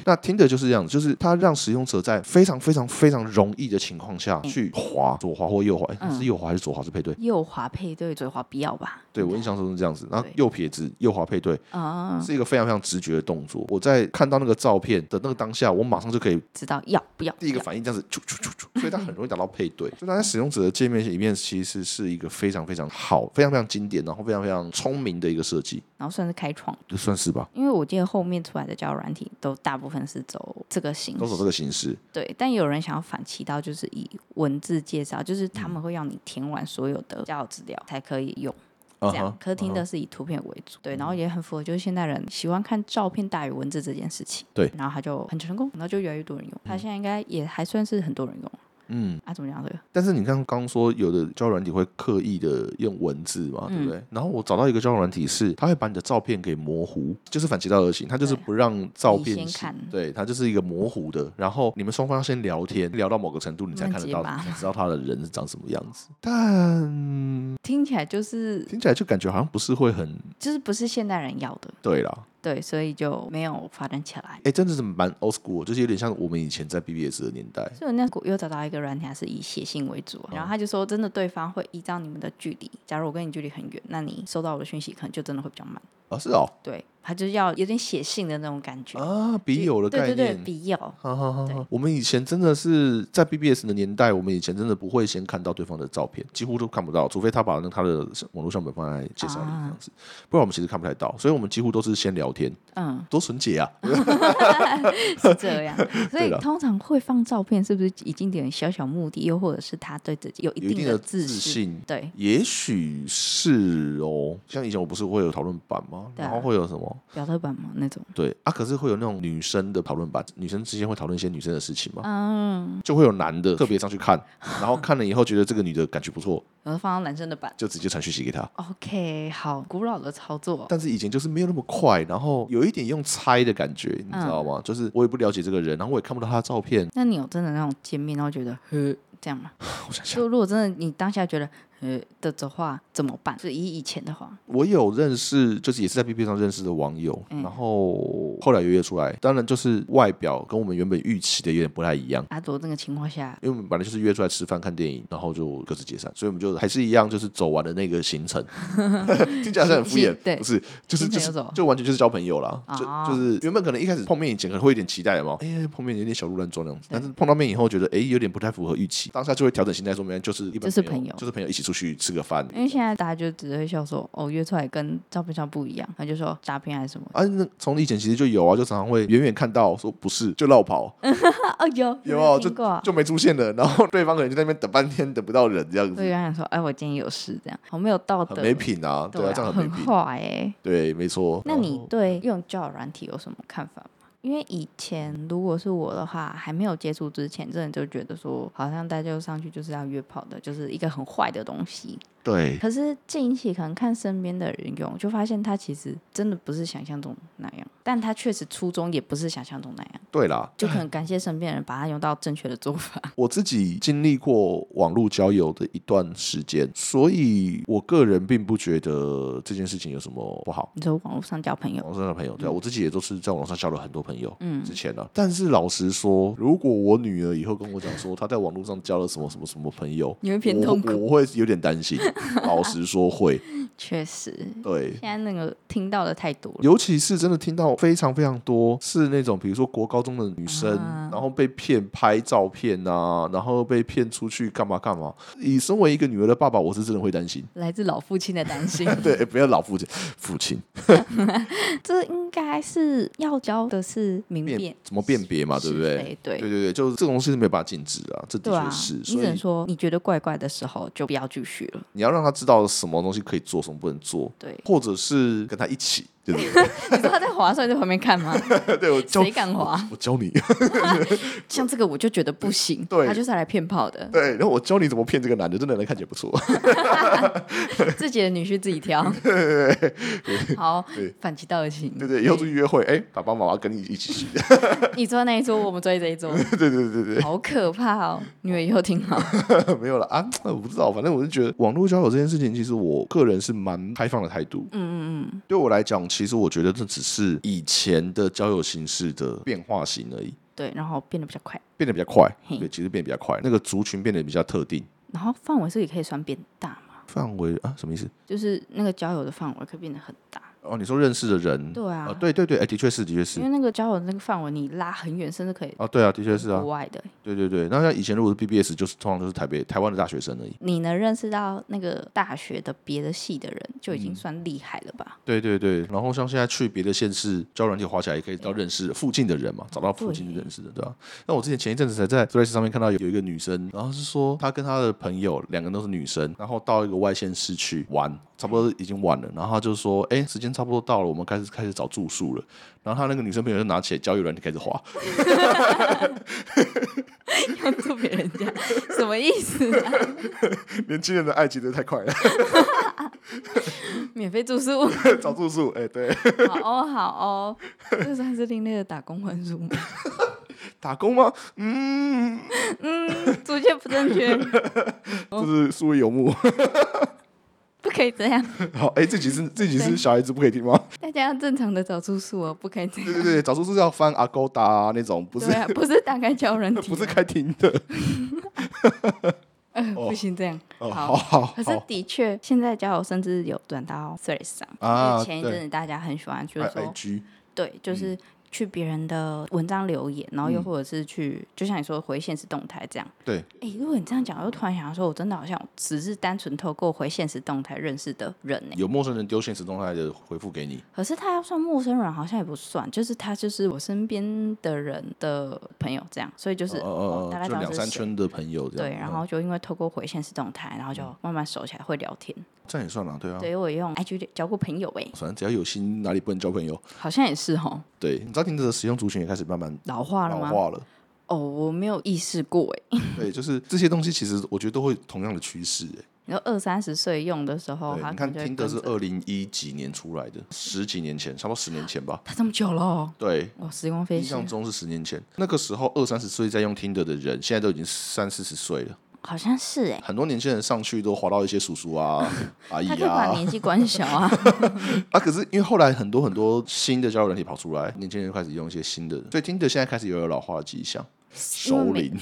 Speaker 2: 那听的就是这样，就是它让使用者在非常非常非常容易的情况下去滑左滑或右滑，诶
Speaker 1: 嗯
Speaker 2: 是右滑还是左滑是配对？
Speaker 1: 右滑配对，左滑不要吧？
Speaker 2: 对我印象中是这样子，然
Speaker 1: 嗯
Speaker 2: 后
Speaker 1: 对
Speaker 2: 右撇子右滑配对
Speaker 1: 啊、
Speaker 2: 是一个非常非常直觉的动作。我在看到那个照片的那个当下，我马上就可以
Speaker 1: 知道要不要？
Speaker 2: 第一个
Speaker 1: 要
Speaker 2: 反应这样子，啾啾啾 啾，所以它很容易达到配对。所以它在使用者的界面里面，其实是一个非常非常好、非常非常经典，然后非常非常聪明的一个设计，
Speaker 1: 然后算是开创，
Speaker 2: 就算是吧，
Speaker 1: 因为我记得后面出来的交友软体都大部分是走这个形
Speaker 2: 都走这
Speaker 1: 式，
Speaker 2: 个形式。
Speaker 1: 对。但有人想要反其道，就是以文字介绍，就是他们会要你填完所有的交友资料才可以用。
Speaker 2: 嗯
Speaker 1: 这样。可是听的是以图片为主，对，然后也很符合就是现代人喜欢看照片大于文字这件事情。
Speaker 2: 对
Speaker 1: 然后他就很成功，然后就越来越多人用，他现在应该也还算是很多人用
Speaker 2: 嗯，
Speaker 1: 啊？怎么讲这个？
Speaker 2: 但是你看刚刚说有的交友软体会刻意的用文字嘛，
Speaker 1: 嗯
Speaker 2: 对不对？然后我找到一个交友软体是，它会把你的照片给模糊，就是反其道而行，它就是
Speaker 1: 对
Speaker 2: 不让照片
Speaker 1: 你先
Speaker 2: 是
Speaker 1: 看
Speaker 2: 对，它就是一个模糊的。然后你们双方要先聊天，聊到某个程度，你才
Speaker 1: 慢
Speaker 2: 看得
Speaker 1: 结
Speaker 2: 到，
Speaker 1: 巴
Speaker 2: 你才知道他的人是长什么样子。但
Speaker 1: 听起来就是
Speaker 2: 听起来就感觉好像不是会很
Speaker 1: 就是不是现代人要的，
Speaker 2: 对啦。
Speaker 1: 对，所以就没有发展起来。
Speaker 2: 哎，真的是蛮 old school，就是有点像我们以前在 BBS 的年代。
Speaker 1: 所以我那时候又找到一个软体，它是以写信为主，
Speaker 2: 嗯
Speaker 1: 然后他就说，真的对方会依照你们的距离，假如我跟你距离很远，那你收到我的讯息可能就真的会比较慢。
Speaker 2: 啊，是哦，
Speaker 1: 对，他就是要有点写信的那种感觉，
Speaker 2: 啊，笔友的概
Speaker 1: 哦对
Speaker 2: 念，
Speaker 1: 对对，笔友，
Speaker 2: 哈哈哈
Speaker 1: 对
Speaker 2: 哈！我们以前真的是在 BBS 的年代，我们以前真的不会先看到对方的照片，几乎都看不到，除非他把那他的网络相本放在介绍
Speaker 1: 啊
Speaker 2: 里这样子，不然我们其实看不太到，所以我们几乎都是先聊天，
Speaker 1: 嗯，
Speaker 2: 多纯洁啊！
Speaker 1: 是这 样。所
Speaker 2: 对
Speaker 1: 以
Speaker 2: 啦
Speaker 1: 通常会放照片，是不是已经有点小小目的，又或者是他对自己有
Speaker 2: 有一
Speaker 1: 一
Speaker 2: 定
Speaker 1: 定
Speaker 2: 的
Speaker 1: 自
Speaker 2: 自信
Speaker 1: 对，
Speaker 2: 也许是哦，像以前我不是会有讨论版吗？
Speaker 1: 对啊
Speaker 2: 然后会有什么？
Speaker 1: 表特版嘛那种，
Speaker 2: 对啊，可是会有那种女生的讨论版，女生之间会讨论一些女生的事情嘛，
Speaker 1: 嗯，
Speaker 2: 就会有男的特别上去看，然后看了以后觉得这个女的感觉不错，
Speaker 1: 然后放到男生的版。
Speaker 2: 就直接传讯息给她。
Speaker 1: OK，好，古老的操作，
Speaker 2: 但是以前就是没有那么快，然后有一点用猜的感觉，你知道吗？就是我也不了解这个人，然后我也看不到他的照片。
Speaker 1: 那你有真的那种见面，然后觉得呵这样吗？
Speaker 2: 我想想，
Speaker 1: 就如果真的你当下觉得呃的的话怎么办？就以以前的话，
Speaker 2: 我有认识，就是也是在 B B 上认识的网友，
Speaker 1: 嗯
Speaker 2: 然后后来约约出来，当然就是外表跟我们原本预期的有点不太一样。
Speaker 1: 阿朵那个情况下，
Speaker 2: 因为我们本来就是约出来吃饭、看电影，然后就各自解散，所以我们就还是一样，就是走完了那个 行程。听起来好像很敷衍
Speaker 1: 行，对
Speaker 2: 不是，就是
Speaker 1: 行程
Speaker 2: 就
Speaker 1: 又
Speaker 2: 是
Speaker 1: 走
Speaker 2: 就完全就是交朋友啦。就
Speaker 1: 哦
Speaker 2: 就是原本可能一开始碰面以前可能会有点期待嘛，哎、碰面有点小鹿乱撞那样子，但是碰到面以后觉得哎、有点不太符合预期，当下就会调整心态，说没关系就是一般
Speaker 1: 就是
Speaker 2: 朋
Speaker 1: 朋友
Speaker 2: 就是朋友一起出去吃个饭。
Speaker 1: 因为现在大家就只会笑说哦约出来跟照片上不一样，他就说诈骗还是什么
Speaker 2: 啊，那从以前其实就有啊，就常常会远远看到说不是就绕跑，
Speaker 1: 啊哦有
Speaker 2: 有
Speaker 1: 没
Speaker 2: 哦，
Speaker 1: 听过
Speaker 2: 就？就没出现了，然后对方可能就在那边等半天等不到人这样
Speaker 1: 我就跟
Speaker 2: 子，
Speaker 1: 他说哎我今天有事这样，好没有道
Speaker 2: 很
Speaker 1: 德，
Speaker 2: 没品啊，对
Speaker 1: 对
Speaker 2: 啊，这样很
Speaker 1: 很
Speaker 2: 没品。
Speaker 1: 坏哎。
Speaker 2: 对，没错。
Speaker 1: 那
Speaker 2: 然
Speaker 1: 你
Speaker 2: 后
Speaker 1: 对用交友软体有什么看法吗？因为以前如果是我的话，还没有接触之前，真的就觉得说，好像大家上去就是要约炮的，就是一个很坏的东西。
Speaker 2: 对
Speaker 1: 可是近期可能看身边的人用，就发现他其实真的不是想象中那样，但他确实初衷也不是想象中那样，
Speaker 2: 对啦，
Speaker 1: 就可能感谢身边人把它用到正确的做法。
Speaker 2: 我自己经历过网络交友的一段时间，所以我个人并不觉得这件事情有什么不好。
Speaker 1: 你说网络上交朋友，
Speaker 2: 网上的朋友，
Speaker 1: 嗯
Speaker 2: 对啊，我自己也都是在网上交了很多朋友，嗯，之前呢、啊。但是老实说，如果我女儿以后跟我讲说她在网络上交了什么什么什么朋友，
Speaker 1: 你会偏
Speaker 2: 我
Speaker 1: 痛苦
Speaker 2: 我会有点担心。老实说会，
Speaker 1: 确实。
Speaker 2: 对，
Speaker 1: 现在那个听到的太多了，
Speaker 2: 尤其是真的听到非常非常多是那种，比如说国高中的女生，
Speaker 1: 啊
Speaker 2: 然后被骗拍照片啊，然后被骗出去干嘛干嘛。以身为一个女儿的爸爸，我是真的会担心。
Speaker 1: 来自老父亲的担心。
Speaker 2: 对，诶不要老父亲，父亲
Speaker 1: 这应该是要教的是明辨
Speaker 2: 辨怎么辨别嘛，对不
Speaker 1: 是
Speaker 2: 对
Speaker 1: 非？对
Speaker 2: 对对对，就是这种东西是没办法禁止啊，这的
Speaker 1: 对啊
Speaker 2: 确，是。
Speaker 1: 你只
Speaker 2: 所以
Speaker 1: 能说你觉得怪怪的时候就不要继续了。
Speaker 2: 你要让他知道什么东西可以做，什么不能做，，
Speaker 1: 对
Speaker 2: 或者是跟他一起，对不
Speaker 1: 你知道他在划算在旁边看吗？
Speaker 2: 对？对我教
Speaker 1: 谁敢滑？
Speaker 2: 我教你，
Speaker 1: 像这个我就觉得不行，
Speaker 2: 对
Speaker 1: 他就是来骗炮的，
Speaker 2: 对，然后我教你怎么骗这个男的，这男的看起来不错。
Speaker 1: 自己的女婿自己 挑。好，反其道而行。
Speaker 2: 对对，以后出去约会，哎，爸爸妈妈跟你一起去。
Speaker 1: 你坐那一桌，我们坐这一桌，
Speaker 2: 对对对对
Speaker 1: 好可怕哦！女儿以后听好，
Speaker 2: 对， 没有了啊，我不知道，反正我是觉得网络交友这件事情，其实我个人是蛮开放的态度。嗯嗯嗯，对我来讲，其实我觉得这只是以前的交友形式的变化型而已，
Speaker 1: 对，然后变得比较快，
Speaker 2: 变得比较快，
Speaker 1: 嘿
Speaker 2: 对，其实变得比较快，那个族群变得比较特定，
Speaker 1: 然后范围是也可以算变大嘛，
Speaker 2: 范围啊，什么意思？
Speaker 1: 就是那个交友的范围可以变得很大。
Speaker 2: 哦，你说认识的人，
Speaker 1: 对啊
Speaker 2: 呃对对对，哎，的确是，的确是
Speaker 1: 因，为那个交友的那个范围你拉很远，甚至可以
Speaker 2: 哦，对啊，的确是啊
Speaker 1: 国，外的、
Speaker 2: 对对对。那像以前如果是 BBS，就是通常就是台北台湾的大学生而已，
Speaker 1: 你能认识到那个大学的别的系的人，就已
Speaker 2: 嗯
Speaker 1: 经算厉害了吧？
Speaker 2: 对对对。然后像现在去别的县市交友软体滑起来，也可以到认识附近的人嘛，找到附近
Speaker 1: 对
Speaker 2: 认识的，对吧、啊那我之前前一阵子才在 Threads 上面看到有有一个女生，然后是说她跟她的朋友两个人都是女生，然后到一个外县市去玩，差不多已经晚了，然后她就说，哎、时间差不多到了，我们开始开始找住宿了。然后她那个女生朋友就拿起来交友软体开始滑，
Speaker 1: 要做别人家什么意思、 啊？
Speaker 2: 年轻人的爱情真的太快了，
Speaker 1: 免费住宿？
Speaker 2: 找住宿，哎、对。
Speaker 1: 好哦，好哦，这算是另类的打工换宿吗？
Speaker 2: 打工吗？嗯，
Speaker 1: 嗯，主见不正确，
Speaker 2: 就是素未游牧。
Speaker 1: 不可以这样，
Speaker 2: 好，哎、这集是这集是小孩子不可以听吗？
Speaker 1: 大家要正常的找住宿哦，不可以这样。
Speaker 2: 对对对，找出是要翻 Agoda 啊那种，不是、
Speaker 1: 对啊，不是打开交人体，
Speaker 2: 不是开庭的。
Speaker 1: 呃，不行这样。
Speaker 2: 哦，好
Speaker 1: 好
Speaker 2: 好
Speaker 1: 可是
Speaker 2: 好，
Speaker 1: 的确，现在交友甚至有转到 Threads 上，因
Speaker 2: 啊
Speaker 1: 为前一阵子大家很喜欢，就是
Speaker 2: 哎
Speaker 1: 说
Speaker 2: IG
Speaker 1: 对，就是去别人的文章留言，然后又
Speaker 2: 嗯
Speaker 1: 或者是去，就像你说回现实动态这样。
Speaker 2: 对，
Speaker 1: 哎、如果你这样讲，我又突然想到说，我真的好像只是单纯透过回现实动态认识的人呢、
Speaker 2: 有陌生人丢现实动态的回复给你，
Speaker 1: 可是他要算陌生人，好像也不算，就是他就是我身边的人的朋友这样，所以就是、
Speaker 2: 呃
Speaker 1: 哦
Speaker 2: 呃
Speaker 1: 大
Speaker 2: 呃，
Speaker 1: 概知
Speaker 2: 就
Speaker 1: 道
Speaker 2: 两
Speaker 1: 是
Speaker 2: 三
Speaker 1: 谁。
Speaker 2: 圈的朋友这样。嗯
Speaker 1: 对，啊然后就因为透过回现实动态，然后就慢慢熟起来，会聊天。
Speaker 2: 嗯这样也算了，对啊。
Speaker 1: 对，我也用 IG 交过朋友哎、
Speaker 2: 反正只要有心，哪里不能交朋友？
Speaker 1: 好像也是哦，
Speaker 2: 对，你知道听者的使用族群也开始慢慢
Speaker 1: 老化了
Speaker 2: 老
Speaker 1: 吗？
Speaker 2: 化了。
Speaker 1: 哦，我没有意识过哎、
Speaker 2: 对，就是这些东西，其实我觉得都会有同样的趋势、哎
Speaker 1: 你说二三十岁用的时候，
Speaker 2: 对，
Speaker 1: 他
Speaker 2: 你看
Speaker 1: 可能
Speaker 2: 听
Speaker 1: 就会
Speaker 2: 的是
Speaker 1: 跟着
Speaker 2: 二零一几年出来的，十几年前，差不多十年前吧。
Speaker 1: 他这么久了哦、
Speaker 2: 对，
Speaker 1: 哇，时光飞
Speaker 2: 印
Speaker 1: 逝
Speaker 2: 象，中是十年前，那个时候二三十岁在用听的的人，现在都已经三四十岁了。
Speaker 1: 好像是哎、
Speaker 2: 很多年轻人上去都滑到一些叔叔 啊、阿姨
Speaker 1: 他就把
Speaker 2: 啊
Speaker 1: 年纪关小 啊，
Speaker 2: 啊，可是因为后来很多很多新的交友软体跑出来，年轻人开始用一些新的，所以听的现在开始有有老化的迹象。熟
Speaker 1: 每
Speaker 2: 龄，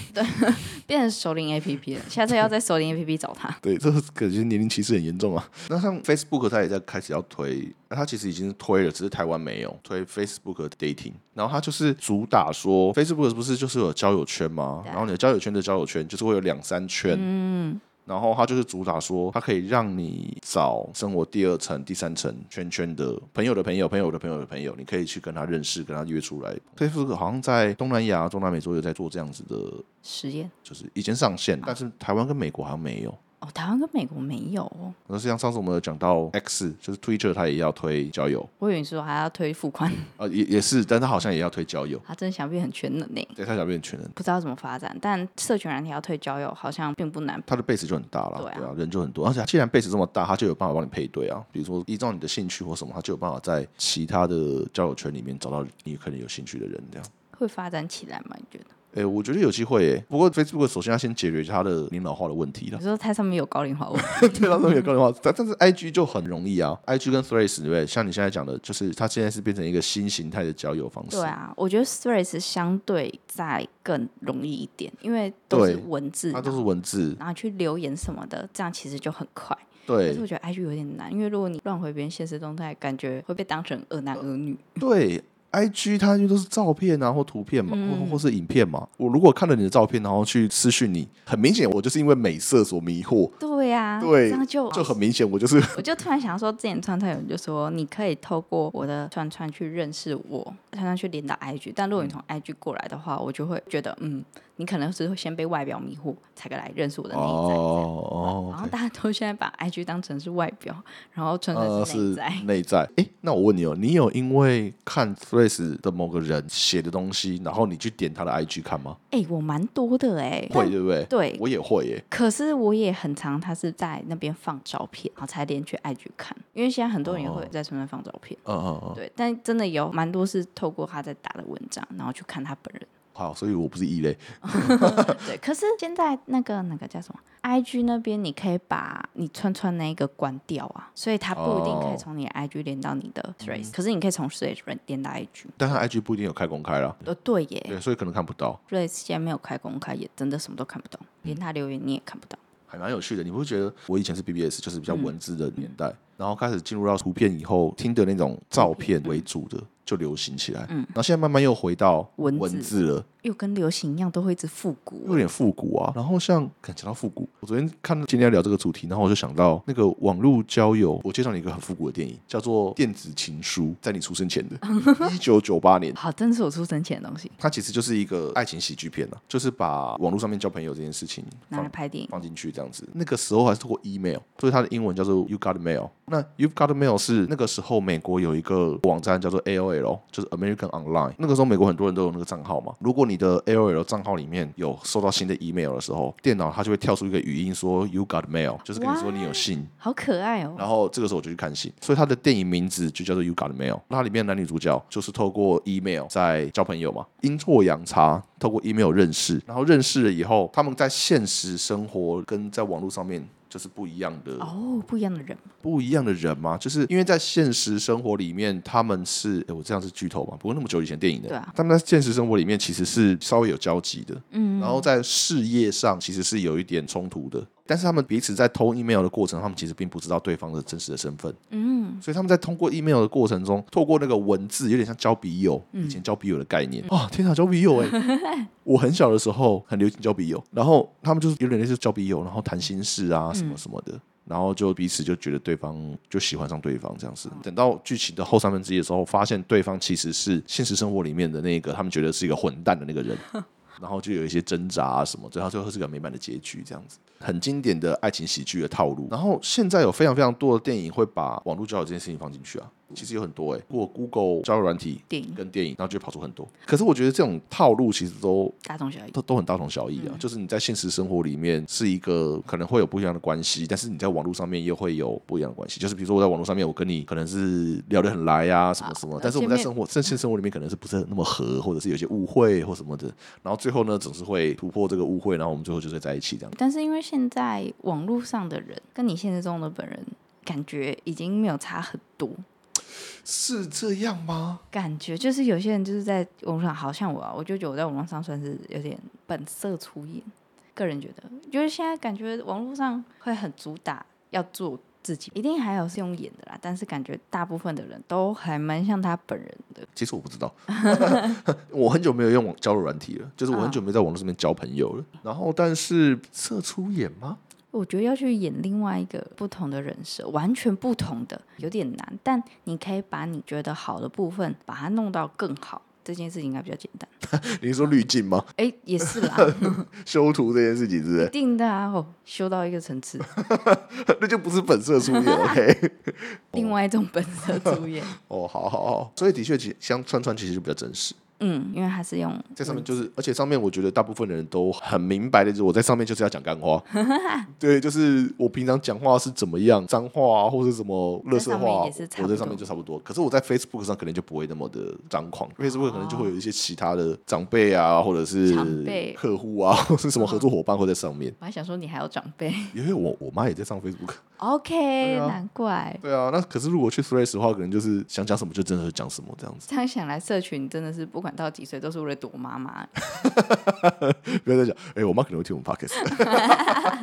Speaker 1: 变成熟龄 A P P 了。下次要在熟龄 A P P 找他。
Speaker 2: 对，这个感觉年龄歧视很严重啊。那像 Facebook，它也在开始要推，那它其实已经推了，只是台湾没有推 Facebook Dating。然后它就是主打说，Facebook 不是就是有交友圈吗？
Speaker 1: 对啊
Speaker 2: 然后你的交友圈的交友圈就是会有两三圈，嗯。然后它就是主打说，它可以让你找生活第二层、第三层圈圈的朋友的朋友、朋友的朋友的朋友，你可以去跟他认识，跟他约出来。Facebook 好像在东南亚、中南美洲有在做这样子的，
Speaker 1: 实验
Speaker 2: 就是已经上线，但是台湾跟美国好像没有。
Speaker 1: 哦，台湾跟美国没有哦，
Speaker 2: 那实际上上次我们有讲到 X，就是 Twitter，它也要推交友，
Speaker 1: 我以为你说还要推付款，
Speaker 2: 呃，也也是，但它好像也要推交友，
Speaker 1: 他真的想变很全能呢、
Speaker 2: 对，它想变全人，
Speaker 1: 不知道怎么发展，但社群软体要推交友好像并不难。
Speaker 2: 它的 base 就很大了，
Speaker 1: 对啊
Speaker 2: 人就很多，而且既然 base 这么大，它就有办法帮你配对啊，比如说依照你的兴趣或什么，它就有办法在其他的交友圈里面找到你可能有兴趣的人，这样。
Speaker 1: 会发展起来吗？你觉得？
Speaker 2: 哎、我觉得有机会诶、不过 Facebook 首先要先解决它的年老化的问题 啦
Speaker 1: 你。说它上面有高龄化问题，
Speaker 2: 对，到时候有个人话，但但是 I G 就很容易啊，I G 跟 Threads 对不对？像你现在讲的，就是它现在是变成一个新形态的交友方式。
Speaker 1: 对啊，我觉得 Threads 相对再更容易一点，因为都是啊
Speaker 2: 对
Speaker 1: 文字
Speaker 2: 它
Speaker 1: 嘛，
Speaker 2: 都是文字，
Speaker 1: 然后去留言什么的，这样其实就很快。但
Speaker 2: 对
Speaker 1: 是我觉得 IG 有点难，因为如果你乱回别人现实动态，感觉会被当成恶男恶女。
Speaker 2: 对，IG 它就都是照片啊，或图片嘛，
Speaker 1: 嗯
Speaker 2: 或或是影片嘛。我如果看了你的照片，然后去私讯你，很明显我就是因为美色所迷惑，
Speaker 1: 对呀、
Speaker 2: 对
Speaker 1: 这样就
Speaker 2: 就很明显我就是
Speaker 1: 我就突然想说，之前串串有人就说，你可以透过我的串串去认识我，串串去连到 IG，但如
Speaker 2: 嗯
Speaker 1: 果你从 IG 过来的话，我就会觉得，嗯，你可能是会先被外表迷惑，才来认识我的内在。
Speaker 2: 哦
Speaker 1: 然
Speaker 2: 哦
Speaker 1: 后。大家都现在把 IG 当成是外表，然后纯
Speaker 2: 呃，
Speaker 1: 粹是内
Speaker 2: 是
Speaker 1: 在。
Speaker 2: 内在。诶，那我问你哦，你有因为看 Threads 的某个人写的东西，然后你去点他的 IG 看吗？
Speaker 1: 哎、我蛮多的哎、
Speaker 2: 会，对不对？
Speaker 1: 对
Speaker 2: 我也会耶。
Speaker 1: 可是我也很常，他是在那边放照片，然后才连去 IG 看，因为现在很多人也
Speaker 2: 哦
Speaker 1: 会在上面放照片。
Speaker 2: 嗯嗯嗯，
Speaker 1: 对，但真的有蛮多是透过他在打的文章，然后去看他本人。
Speaker 2: 好，所以我不是异类。
Speaker 1: 对，可是现在那个那个叫什么 IG 那边，你可以把你串串那一个关掉啊，所以它不一定可以
Speaker 2: 哦嗯
Speaker 1: 从你的 IG 连到你的 Threads，、可是你可以从 Threads 连连到 IG。
Speaker 2: 但他 IG 不一定有开公开啦，
Speaker 1: 呃，对耶
Speaker 2: 对，所以可能看不到，
Speaker 1: ，Threads 现在没有开公开，也真的什么都看不到，
Speaker 2: 嗯
Speaker 1: 连他留言你也看不到。嗯
Speaker 2: 还蛮有趣的。你不会觉得我以前是 BBS，就是比较文字的年代，然后开始进入到图片以后，听的那种照片为主的就流行起来。嗯，然后现在慢慢又回到
Speaker 1: 文字
Speaker 2: 文字了，
Speaker 1: 又跟流行一样，都会一直复
Speaker 2: 有
Speaker 1: 古。
Speaker 2: 点复古啊。然后像看讲到复古，我昨天看今天要聊这个主题，然后我就想到那个网络交友，我介绍你一个很复古的电影，叫做《电子情书》，在你出生前 的，一九九八年。
Speaker 1: 好，真的是我出生前的东西，
Speaker 2: 它其实就是一个爱情喜剧片啊，就是把网络上面交朋友这件事情
Speaker 1: 拿来
Speaker 2: 放
Speaker 1: 拍电影。
Speaker 2: 放进去这样子。那个时候还是透过 email，所以它的英文叫做 You Got Mail。那 You Got Mail 是那个时候美国有一个网站叫做 AOL，就是 American Online。那个时候美国很多人都有那个账号嘛。如果你的 AOL 账号里面有收到新的 email 的时候，电脑它就会跳出一个语音说 You Got Mail，就是跟你说你有信。
Speaker 1: 好可爱哦！
Speaker 2: 然后这个时候我就去看信，所以他的电影名字就叫做《You Got Mail》。那它里面的男女主角就是透过 email 在交朋友嘛，阴错阳差透过 email 认识，然后认识了以后，他们在现实生活跟在网络上面。就是不一样的
Speaker 1: 哦，不一样的人，
Speaker 2: 不一样的人嘛，就是因为在现实生活里面，他们是，诶我这样是剧透嘛？不过那么久以前电影的，
Speaker 1: 对啊
Speaker 2: 他们在现实生活里面其实是稍微有交集的，嗯，然后在事业上其实是有一点冲突的，但是他们彼此在偷 email 的过程，他们其实并不知道对方的真实的身份，嗯，所以他们在通过 email 的过程中，透过那个文字，有点像交笔友，以前交笔友的概念，哦，天哪，交笔友哎、我很小的时候很流行交笔友，然后他们就是有点类似交笔友，然后谈心事啊什么什么的，然后就彼此就觉得对方就喜欢上对方这样子。等到剧情的后三分之一的时候，发现对方其实是现实生活里面的那个他们觉得是一个混蛋的那个人，然后就有一些挣扎啊什么，最后最后是个美满的结局这样子，很经典的爱情喜剧的套路。然后现在有非常非常多的电影会把网络交友这件事情放进去啊。其实有很多哎、欸，如果 Google 交友软体
Speaker 1: 电影
Speaker 2: 跟电影，然后就会跑出很多。可是我觉得这种套路其实都
Speaker 1: 大同小异。
Speaker 2: 都都很大同小异啊。就是你在现实生活里面是一个可能会有不一样的关系，但是你在网络上面又会有不一样的关系。就是比如说我在网络上面，我跟你可能是聊得很来啊，什么什么，但是我们在
Speaker 1: 见
Speaker 2: 生活在现实生活里面可能是不是那么合，或者是有些误会或什么的。然后最后呢，总是会突破这个误会，然后我们最后就会在一起这样。
Speaker 1: 但是因为现在网络上的人跟你现实中的本人感觉已经没有差很多，
Speaker 2: 是这样吗？
Speaker 1: 感觉就是有些人就是在网络上，好像我、啊，我就觉得我在网络上算是有点本色出演。个人觉得，就是现在感觉网络上会很主打要做自己，一定还有是用演的啦，但是感觉大部分的人都还蛮像他本人的。
Speaker 2: 其实我不知道， 我很久没有用网交友软体了，就是我很久没在网络上面交朋友了。然后，但是社出演吗？
Speaker 1: 我觉得要去演另外一个不同的人设，完全不同的，有点难。但你可以把你觉得好的部分，把它弄到更好，这件事情应该比较简单。
Speaker 2: 你是说滤镜吗？
Speaker 1: 哎，也是啦，
Speaker 2: 修图这件事情是不是
Speaker 1: 一？定的啊，哦，修到一个层
Speaker 2: 哦
Speaker 1: 次，
Speaker 2: 那就不是本色出 演，OK？
Speaker 1: 另外一种本色主演。
Speaker 2: 哦，好好好，所以的确，其像串串其实就比较真实，
Speaker 1: 嗯，因为它是用
Speaker 2: 在上面就是，
Speaker 1: 嗯
Speaker 2: 而且上面我觉得大部分的人都很明白的，就是我在上面就是要讲 干话，对，就是我平常讲话是怎么样，脏话啊，或者什么乐色
Speaker 1: 在上
Speaker 2: 话，
Speaker 1: 面也是差不
Speaker 2: 我
Speaker 1: 多哦
Speaker 2: 在上面就差不多。可是我在 Facebook 上可能就不会那么的张狂、f a c e b o o k 可能就会有一些其他的长辈啊，或者是
Speaker 1: 长辈嗯
Speaker 2: 客户啊，或是什么合作伙伴会在上面，
Speaker 1: 我还想说你还有长辈
Speaker 2: 因为我我妈也在上 Facebook。
Speaker 1: ，OK，、
Speaker 2: 啊
Speaker 1: 难怪。
Speaker 2: 对啊，那可是如果去 Threads 的话，可能就是想讲什么就真的是讲什么这样子，
Speaker 1: 这样想来，社群真的是不管到几岁都是为了躲妈妈。
Speaker 2: 不要再讲。哎、我妈可能会听我 们 podcast。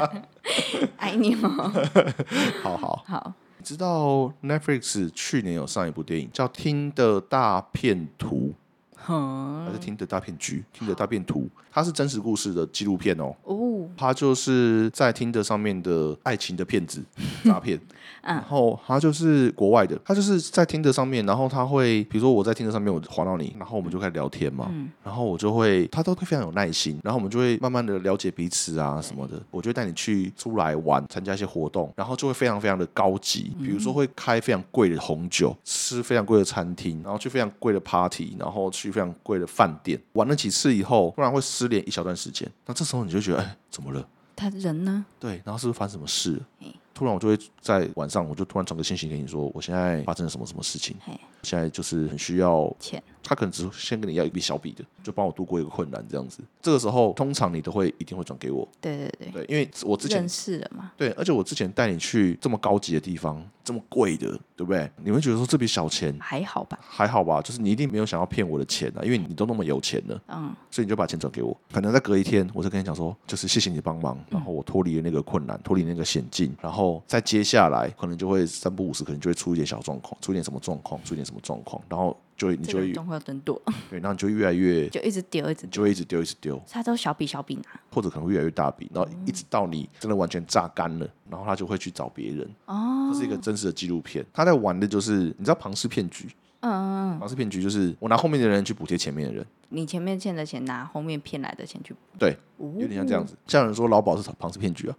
Speaker 1: 爱你哦。
Speaker 2: 好好，
Speaker 1: 好，
Speaker 2: 你知道 Netflix 去年有上一部电影叫《听的大片图》，
Speaker 1: 哼，
Speaker 2: 还是《听的大片局》？《听的大片图》它是真实故事的纪录片哦。
Speaker 1: 哦，
Speaker 2: 它就是在听的上面的爱情的骗 子诈骗，
Speaker 1: 嗯
Speaker 2: 然后它就是国外的，它就是在听的上面，然后他会，比如说我在听的上面我划到你，然后我们就开始聊天嘛，然后我就会，他都会非常有耐心，然后我们就会慢慢的了解彼此啊什么的，我就会带你去出来玩，参加一些活动，然后就会非常非常的高级，比如说会开非常贵的红酒，吃非常贵的餐厅，然后去非常贵的 party，然后去非常贵的饭店，玩了几次以后，突然会失联一小段时间，那这时候你就觉得，哎，怎么了？
Speaker 1: 他人呢？
Speaker 2: 对，然后是不是发生什么事了
Speaker 1: 嘿？
Speaker 2: 突然我就会在晚上，我就突然传个信息给你说，我现在发生了什么什么事情
Speaker 1: 嘿。
Speaker 2: 现在就是很需要
Speaker 1: 钱，
Speaker 2: 他可能只先跟你要一笔小笔的，就帮我度过一个困难这样子。这个时候，通常你都会一定会转给我，
Speaker 1: 对对对，
Speaker 2: 对，因为我之前
Speaker 1: 认识了嘛，
Speaker 2: 对，而且我之前带你去这么高级的地方，这么贵的，对不对？你会觉得说这笔小钱
Speaker 1: 还好吧？
Speaker 2: 还好吧，就是你一定没有想要骗我的钱啊，因为你都那么有钱了，
Speaker 1: 嗯，
Speaker 2: 所以你就把钱转给我。可能在隔一天，我就跟你讲说，就是谢谢你的帮
Speaker 1: 嗯
Speaker 2: 忙，然后我脱离了那个困难，脱离那个险境，然后再接下来可能就会三不五时，可能就会出一点小状况，出一点什么状况，出一点什么状况，然后就会你
Speaker 1: 这
Speaker 2: 就
Speaker 1: 个
Speaker 2: 会
Speaker 1: 人总会有人躲，
Speaker 2: 对，然后你就会越来越，
Speaker 1: 就一直丢，一直
Speaker 2: 你
Speaker 1: 丢，
Speaker 2: 就会一直丢，一直丢。
Speaker 1: 他都小笔小笔拿
Speaker 2: 或者可能会越来越大笔，然后
Speaker 1: 哦
Speaker 2: 一直到你真的完全榨干了，然后他就会去找别人。
Speaker 1: 哦，
Speaker 2: 这是一个真实的纪录片，他在玩的就是你知道庞氏骗局，
Speaker 1: 嗯嗯嗯，
Speaker 2: 庞氏骗局就是我拿后面的人去补贴前面的人，
Speaker 1: 你前面欠的钱拿后面骗来的钱去，
Speaker 2: 对，
Speaker 1: 哦
Speaker 2: 有点像这样子。像有人说劳保是庞氏骗局 啊，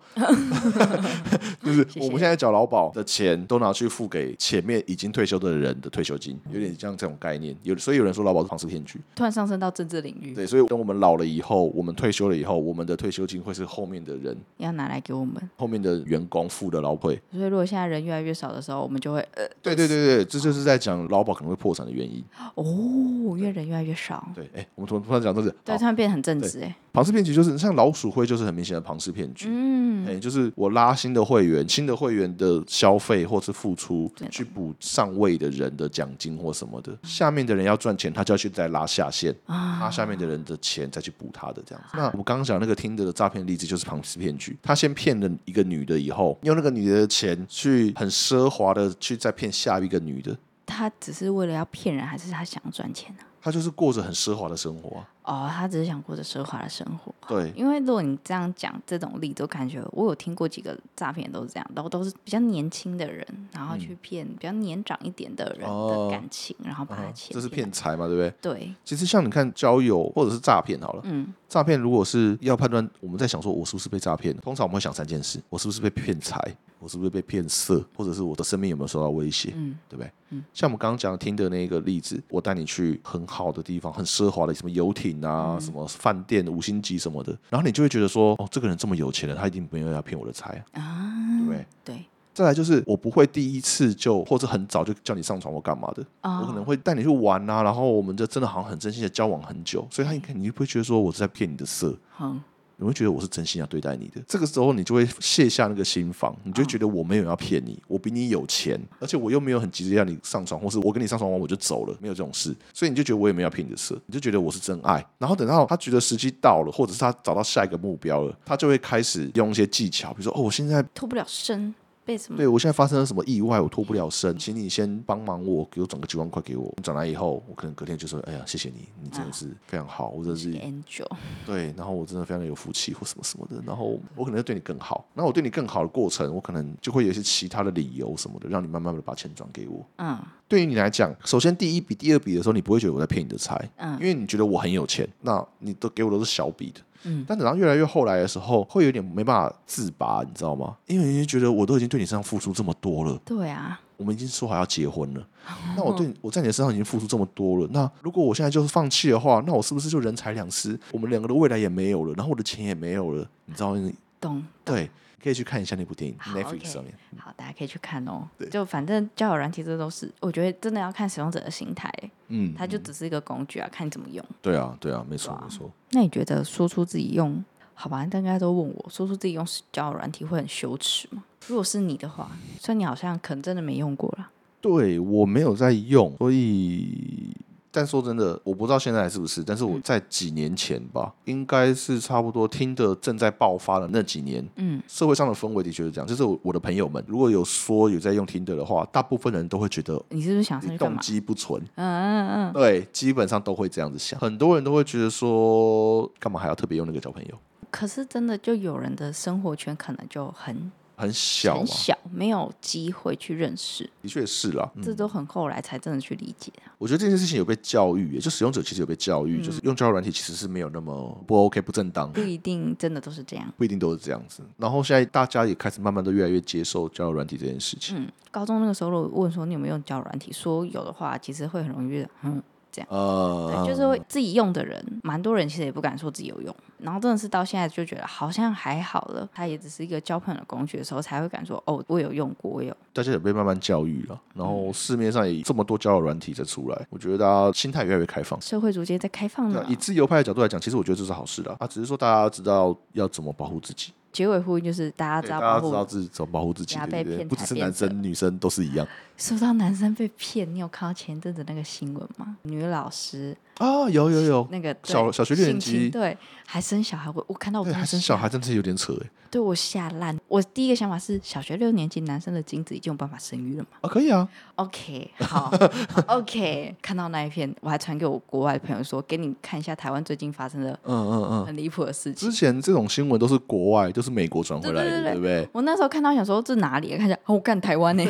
Speaker 2: 就是
Speaker 1: 谢谢
Speaker 2: 我们现在缴劳保的钱都拿去付给前面已经退休的人的退休金，有点像这种概念。有所以有人说劳保是庞氏骗局，
Speaker 1: 突然上升到政治领域，
Speaker 2: 对，所以等我们老了以后，我们退休了以后，我们的退休金会是后面的人。
Speaker 1: 要拿来给我们。
Speaker 2: 后面的员工付的劳退，
Speaker 1: 所以如果现在人越来越少的时候，我们就会呃
Speaker 2: 对对对对，这就是在讲劳保可能会破产的原因。
Speaker 1: 哦，越人越来越少，
Speaker 2: 对，哎，我们突然突然讲这个，
Speaker 1: 对，突然变得很正直哎，
Speaker 2: 庞氏骗局就是像老鼠会，就是很明显的庞氏骗局。
Speaker 1: 嗯，
Speaker 2: 哎、就是我拉新的会员，新的会员的消费或是付出
Speaker 1: 对，的
Speaker 2: 去补上位的人的奖金或什么的，下面的人要赚钱，他就要去再拉下线，
Speaker 1: 啊
Speaker 2: 拉下面的人的钱再去补他的这样子。那我刚刚讲那个听的诈骗例子就是庞氏骗局，他先骗了一个女的以后，用那个女的钱去很奢华的去再骗下一个女的，
Speaker 1: 他只是为了要骗人，还是他想赚钱呢、
Speaker 2: 他就是过着很奢华的生活啊、
Speaker 1: 哦，他只是想过着奢华的生活。
Speaker 2: 对，
Speaker 1: 因为如果你这样讲这种例子，我感觉我有听过几个诈骗都是这样，然后都是比较年轻的人，然后去骗比较年长一点的人
Speaker 2: 嗯哦
Speaker 1: 的感情，然后把他钱、啊
Speaker 2: 嗯这是骗。财嘛，对不对？
Speaker 1: 对，
Speaker 2: 其实像你看交友或者是诈骗好了，
Speaker 1: 嗯，
Speaker 2: 诈骗如果是要判断我们在想说我是不是被诈骗，通常我们会想三件事：我是不是被骗财，我是不是被骗色，或者是我的生命有没有受到威胁，
Speaker 1: 嗯，
Speaker 2: 对不对？
Speaker 1: 嗯
Speaker 2: 像我们刚刚讲听的那个例子，我带你去很好的地方，很奢华的什么游艇啊，
Speaker 1: 嗯
Speaker 2: 什么饭店五星级什么的，然后你就会觉得说，哦，这个人这么有钱了，他一定没有要骗我的财啊，
Speaker 1: 啊，
Speaker 2: 对不对？
Speaker 1: 对，
Speaker 2: 再来就是，我不会第一次就或者很早就叫你上床或干嘛的，
Speaker 1: 哦
Speaker 2: 我可能会带你去玩啊，然后我们就真的好像很真心的交往很久，所以他一看你就不会觉得说我是在骗你的色，
Speaker 1: 嗯，
Speaker 2: 你会觉得我是真心要对待你的。这个时候你就会卸下那个心防，你就会觉得我没有要骗你，我比你有钱，而且我又没有很急着要你上床，或是我跟你上床完我就走了，没有这种事，所以你就觉得我也没有要骗你的色，你就觉得我是真爱。然后等到他觉得时机到了，或者是他找到下一个目标了，他就会开始用一些技巧，比如说哦，我现在
Speaker 1: 脱不了身，被什么？
Speaker 2: 对我现在发生了什么意外，我脱不了身，请你先帮忙我，给我转个几万块给我。转来以后，我可能隔天就说：“哎呀，谢谢你，你真
Speaker 1: 啊
Speaker 2: 的是非常好，我真的是
Speaker 1: angel，
Speaker 2: 对，然后我真的非常有福气或什么什么的，然后我可能会对你更好。那我对你更好的过程，我可能就会有一些其他的理由什么的，让你慢慢的把钱转给我。
Speaker 1: 嗯，
Speaker 2: 对于你来讲，首先第一笔、第二笔的时候，你不会觉得我在骗你的财，
Speaker 1: 嗯
Speaker 2: 因为你觉得我很有钱，那你都给我都是小笔的。
Speaker 1: 嗯
Speaker 2: 但等到越来越后来的时候，会有点没办法自拔，你知道吗？因为你就觉得我都已经对你身上付出这么多了，
Speaker 1: 对啊，
Speaker 2: 我们已经说好要结婚了，
Speaker 1: 哦
Speaker 2: 那我对你我在你的身上已经付出这么多了，那如果我现在就是放弃的话，那我是不是就人财两失？我们两个的未来也没有了，然后我的钱也没有了，你知道？
Speaker 1: 懂。
Speaker 2: 对，可以去看一下那部电影
Speaker 1: 好
Speaker 2: Netflix
Speaker 1: OK
Speaker 2: 上面。
Speaker 1: 好，大家可以去看哦
Speaker 2: 对。
Speaker 1: 就反正交友软体这都是，我觉得真的要看使用者的心态，
Speaker 2: 嗯，
Speaker 1: 它就只是一个工具啊，看你怎么用。
Speaker 2: 对啊，对啊，没错没错。
Speaker 1: 那你觉得说出自己用，好吧，大家都问我，说出自己用交友软体会很羞耻吗？如果是你的话，虽然你好像可能真的没用过啦，
Speaker 2: 对我没有在用，所以。但说真的，我不知道现在是不是，但是
Speaker 1: 嗯
Speaker 2: 我在几年前吧，应该是差不多听的正在爆发的那几年，
Speaker 1: 嗯，
Speaker 2: 社会上的氛围的确是这样。就是我我的朋友们，如果有说有在用听的的话，大部分人都会觉得
Speaker 1: 你是不是想上
Speaker 2: 你
Speaker 1: 去干
Speaker 2: 动
Speaker 1: 嘛？
Speaker 2: 机不纯，
Speaker 1: 嗯嗯嗯嗯，
Speaker 2: 对，基本上都会这样子想。很多人都会觉得说，干嘛还要特别用那个交朋友？
Speaker 1: 可是真的就有人的生活圈可能就很
Speaker 2: 很小啊
Speaker 1: 很
Speaker 2: 嘛，
Speaker 1: 小，没有机会去认识，
Speaker 2: 的确是啦。嗯
Speaker 1: 这都很后来才真的去理解啊。
Speaker 2: 我觉得这件事情有被教育，也就使用者其实有被教育，
Speaker 1: 嗯
Speaker 2: 就是用交友软体其实是没有那么不 OK 不正当
Speaker 1: 不。一定真的都是这样。
Speaker 2: 不一定都是这样子，然后现在大家也开始慢慢的越来越接受交友软体这件事情。
Speaker 1: 嗯，高中那个时候，如果问说你有没有用交友软体，说有的话，其实会很容易觉得，嗯，这样。
Speaker 2: 呃
Speaker 1: 对，就是会自己用的人，蛮多人其实也不敢说自己有用，然后真的是到现在就觉得好像还好了，它也只是一个交朋友的工具的时候，才会敢说哦，我有用过，我有。
Speaker 2: 大家也被慢慢教育了，然
Speaker 1: 嗯
Speaker 2: 后市面上也这么多交友软体在出来，我觉得大家心态越来越开放。
Speaker 1: 社会逐渐在开放
Speaker 2: 那
Speaker 1: 了
Speaker 2: 以，自由派的角度来讲，其实我觉得这是好事的啊，只是说大家知道要怎么保护自己，
Speaker 1: 结尾呼应就是大家
Speaker 2: 对
Speaker 1: 知道
Speaker 2: 大
Speaker 1: 保
Speaker 2: 家知道
Speaker 1: 护，
Speaker 2: 自己怎么保护自己，
Speaker 1: 不要被
Speaker 2: 对不对？
Speaker 1: 骗
Speaker 2: 不只
Speaker 1: 财
Speaker 2: 是
Speaker 1: 骗
Speaker 2: 男生女生都是一样
Speaker 1: 说到男生被骗，你有看到前阵子那个新闻吗？女老师
Speaker 2: 啊，有有有，
Speaker 1: 那个对
Speaker 2: 小小学六
Speaker 1: 性
Speaker 2: 年
Speaker 1: 侵
Speaker 2: 级
Speaker 1: 对，还生小孩，我我看到我
Speaker 2: 对，
Speaker 1: 真的啊
Speaker 2: 还生小
Speaker 1: 吓
Speaker 2: 孩真是有点扯哎、
Speaker 1: 对我吓烂。我第一个想法是，小学六年级男生的精子已经有办法生育了嘛
Speaker 2: 啊，可以啊，
Speaker 1: ？OK，好 ，OK。看到那一篇，我还传给我国外的朋友说，给你看一下台湾最近发生的
Speaker 2: 嗯嗯嗯。
Speaker 1: 很离谱的事情
Speaker 2: 之。前这种新闻都是国外，就是美国传回来的，
Speaker 1: 对对对对
Speaker 2: 不对？
Speaker 1: 我那时候看到想说这哪里啊？看一下，哦，干台 湾呢、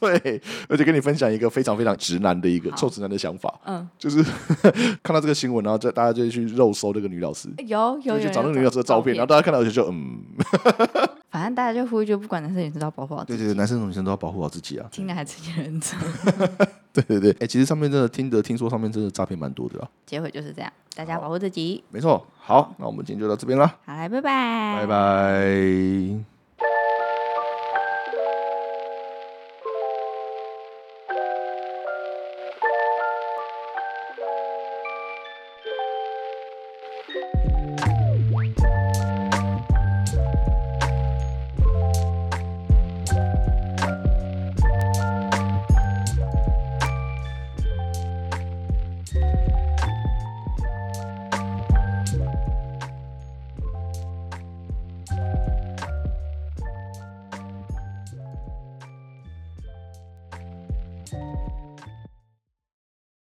Speaker 2: 对，而且跟你分享一个非常非常直男的一个
Speaker 1: 好
Speaker 2: 臭直男的想法，
Speaker 1: 嗯，
Speaker 2: 就是看到这个新闻，然后再大家就去肉搜那个女老师，
Speaker 1: 有有有
Speaker 2: 就去
Speaker 1: 有
Speaker 2: 找那个女老师的照片，然后大家看到就就嗯，
Speaker 1: 反正大家就呼吁，就不管男生女生都要保护好自
Speaker 2: 对
Speaker 1: 己。
Speaker 2: 对对，男生和女生都要保护好自己啊，
Speaker 1: 听了还自己认真。
Speaker 2: 对对对，哎、其实上面真的听得听说上面真的诈骗蛮多的啦，
Speaker 1: 结尾就是这样，大家保护自己。
Speaker 2: 没错，好，那我们今天就到这边啦，
Speaker 1: 好，来，拜拜，
Speaker 2: 拜拜。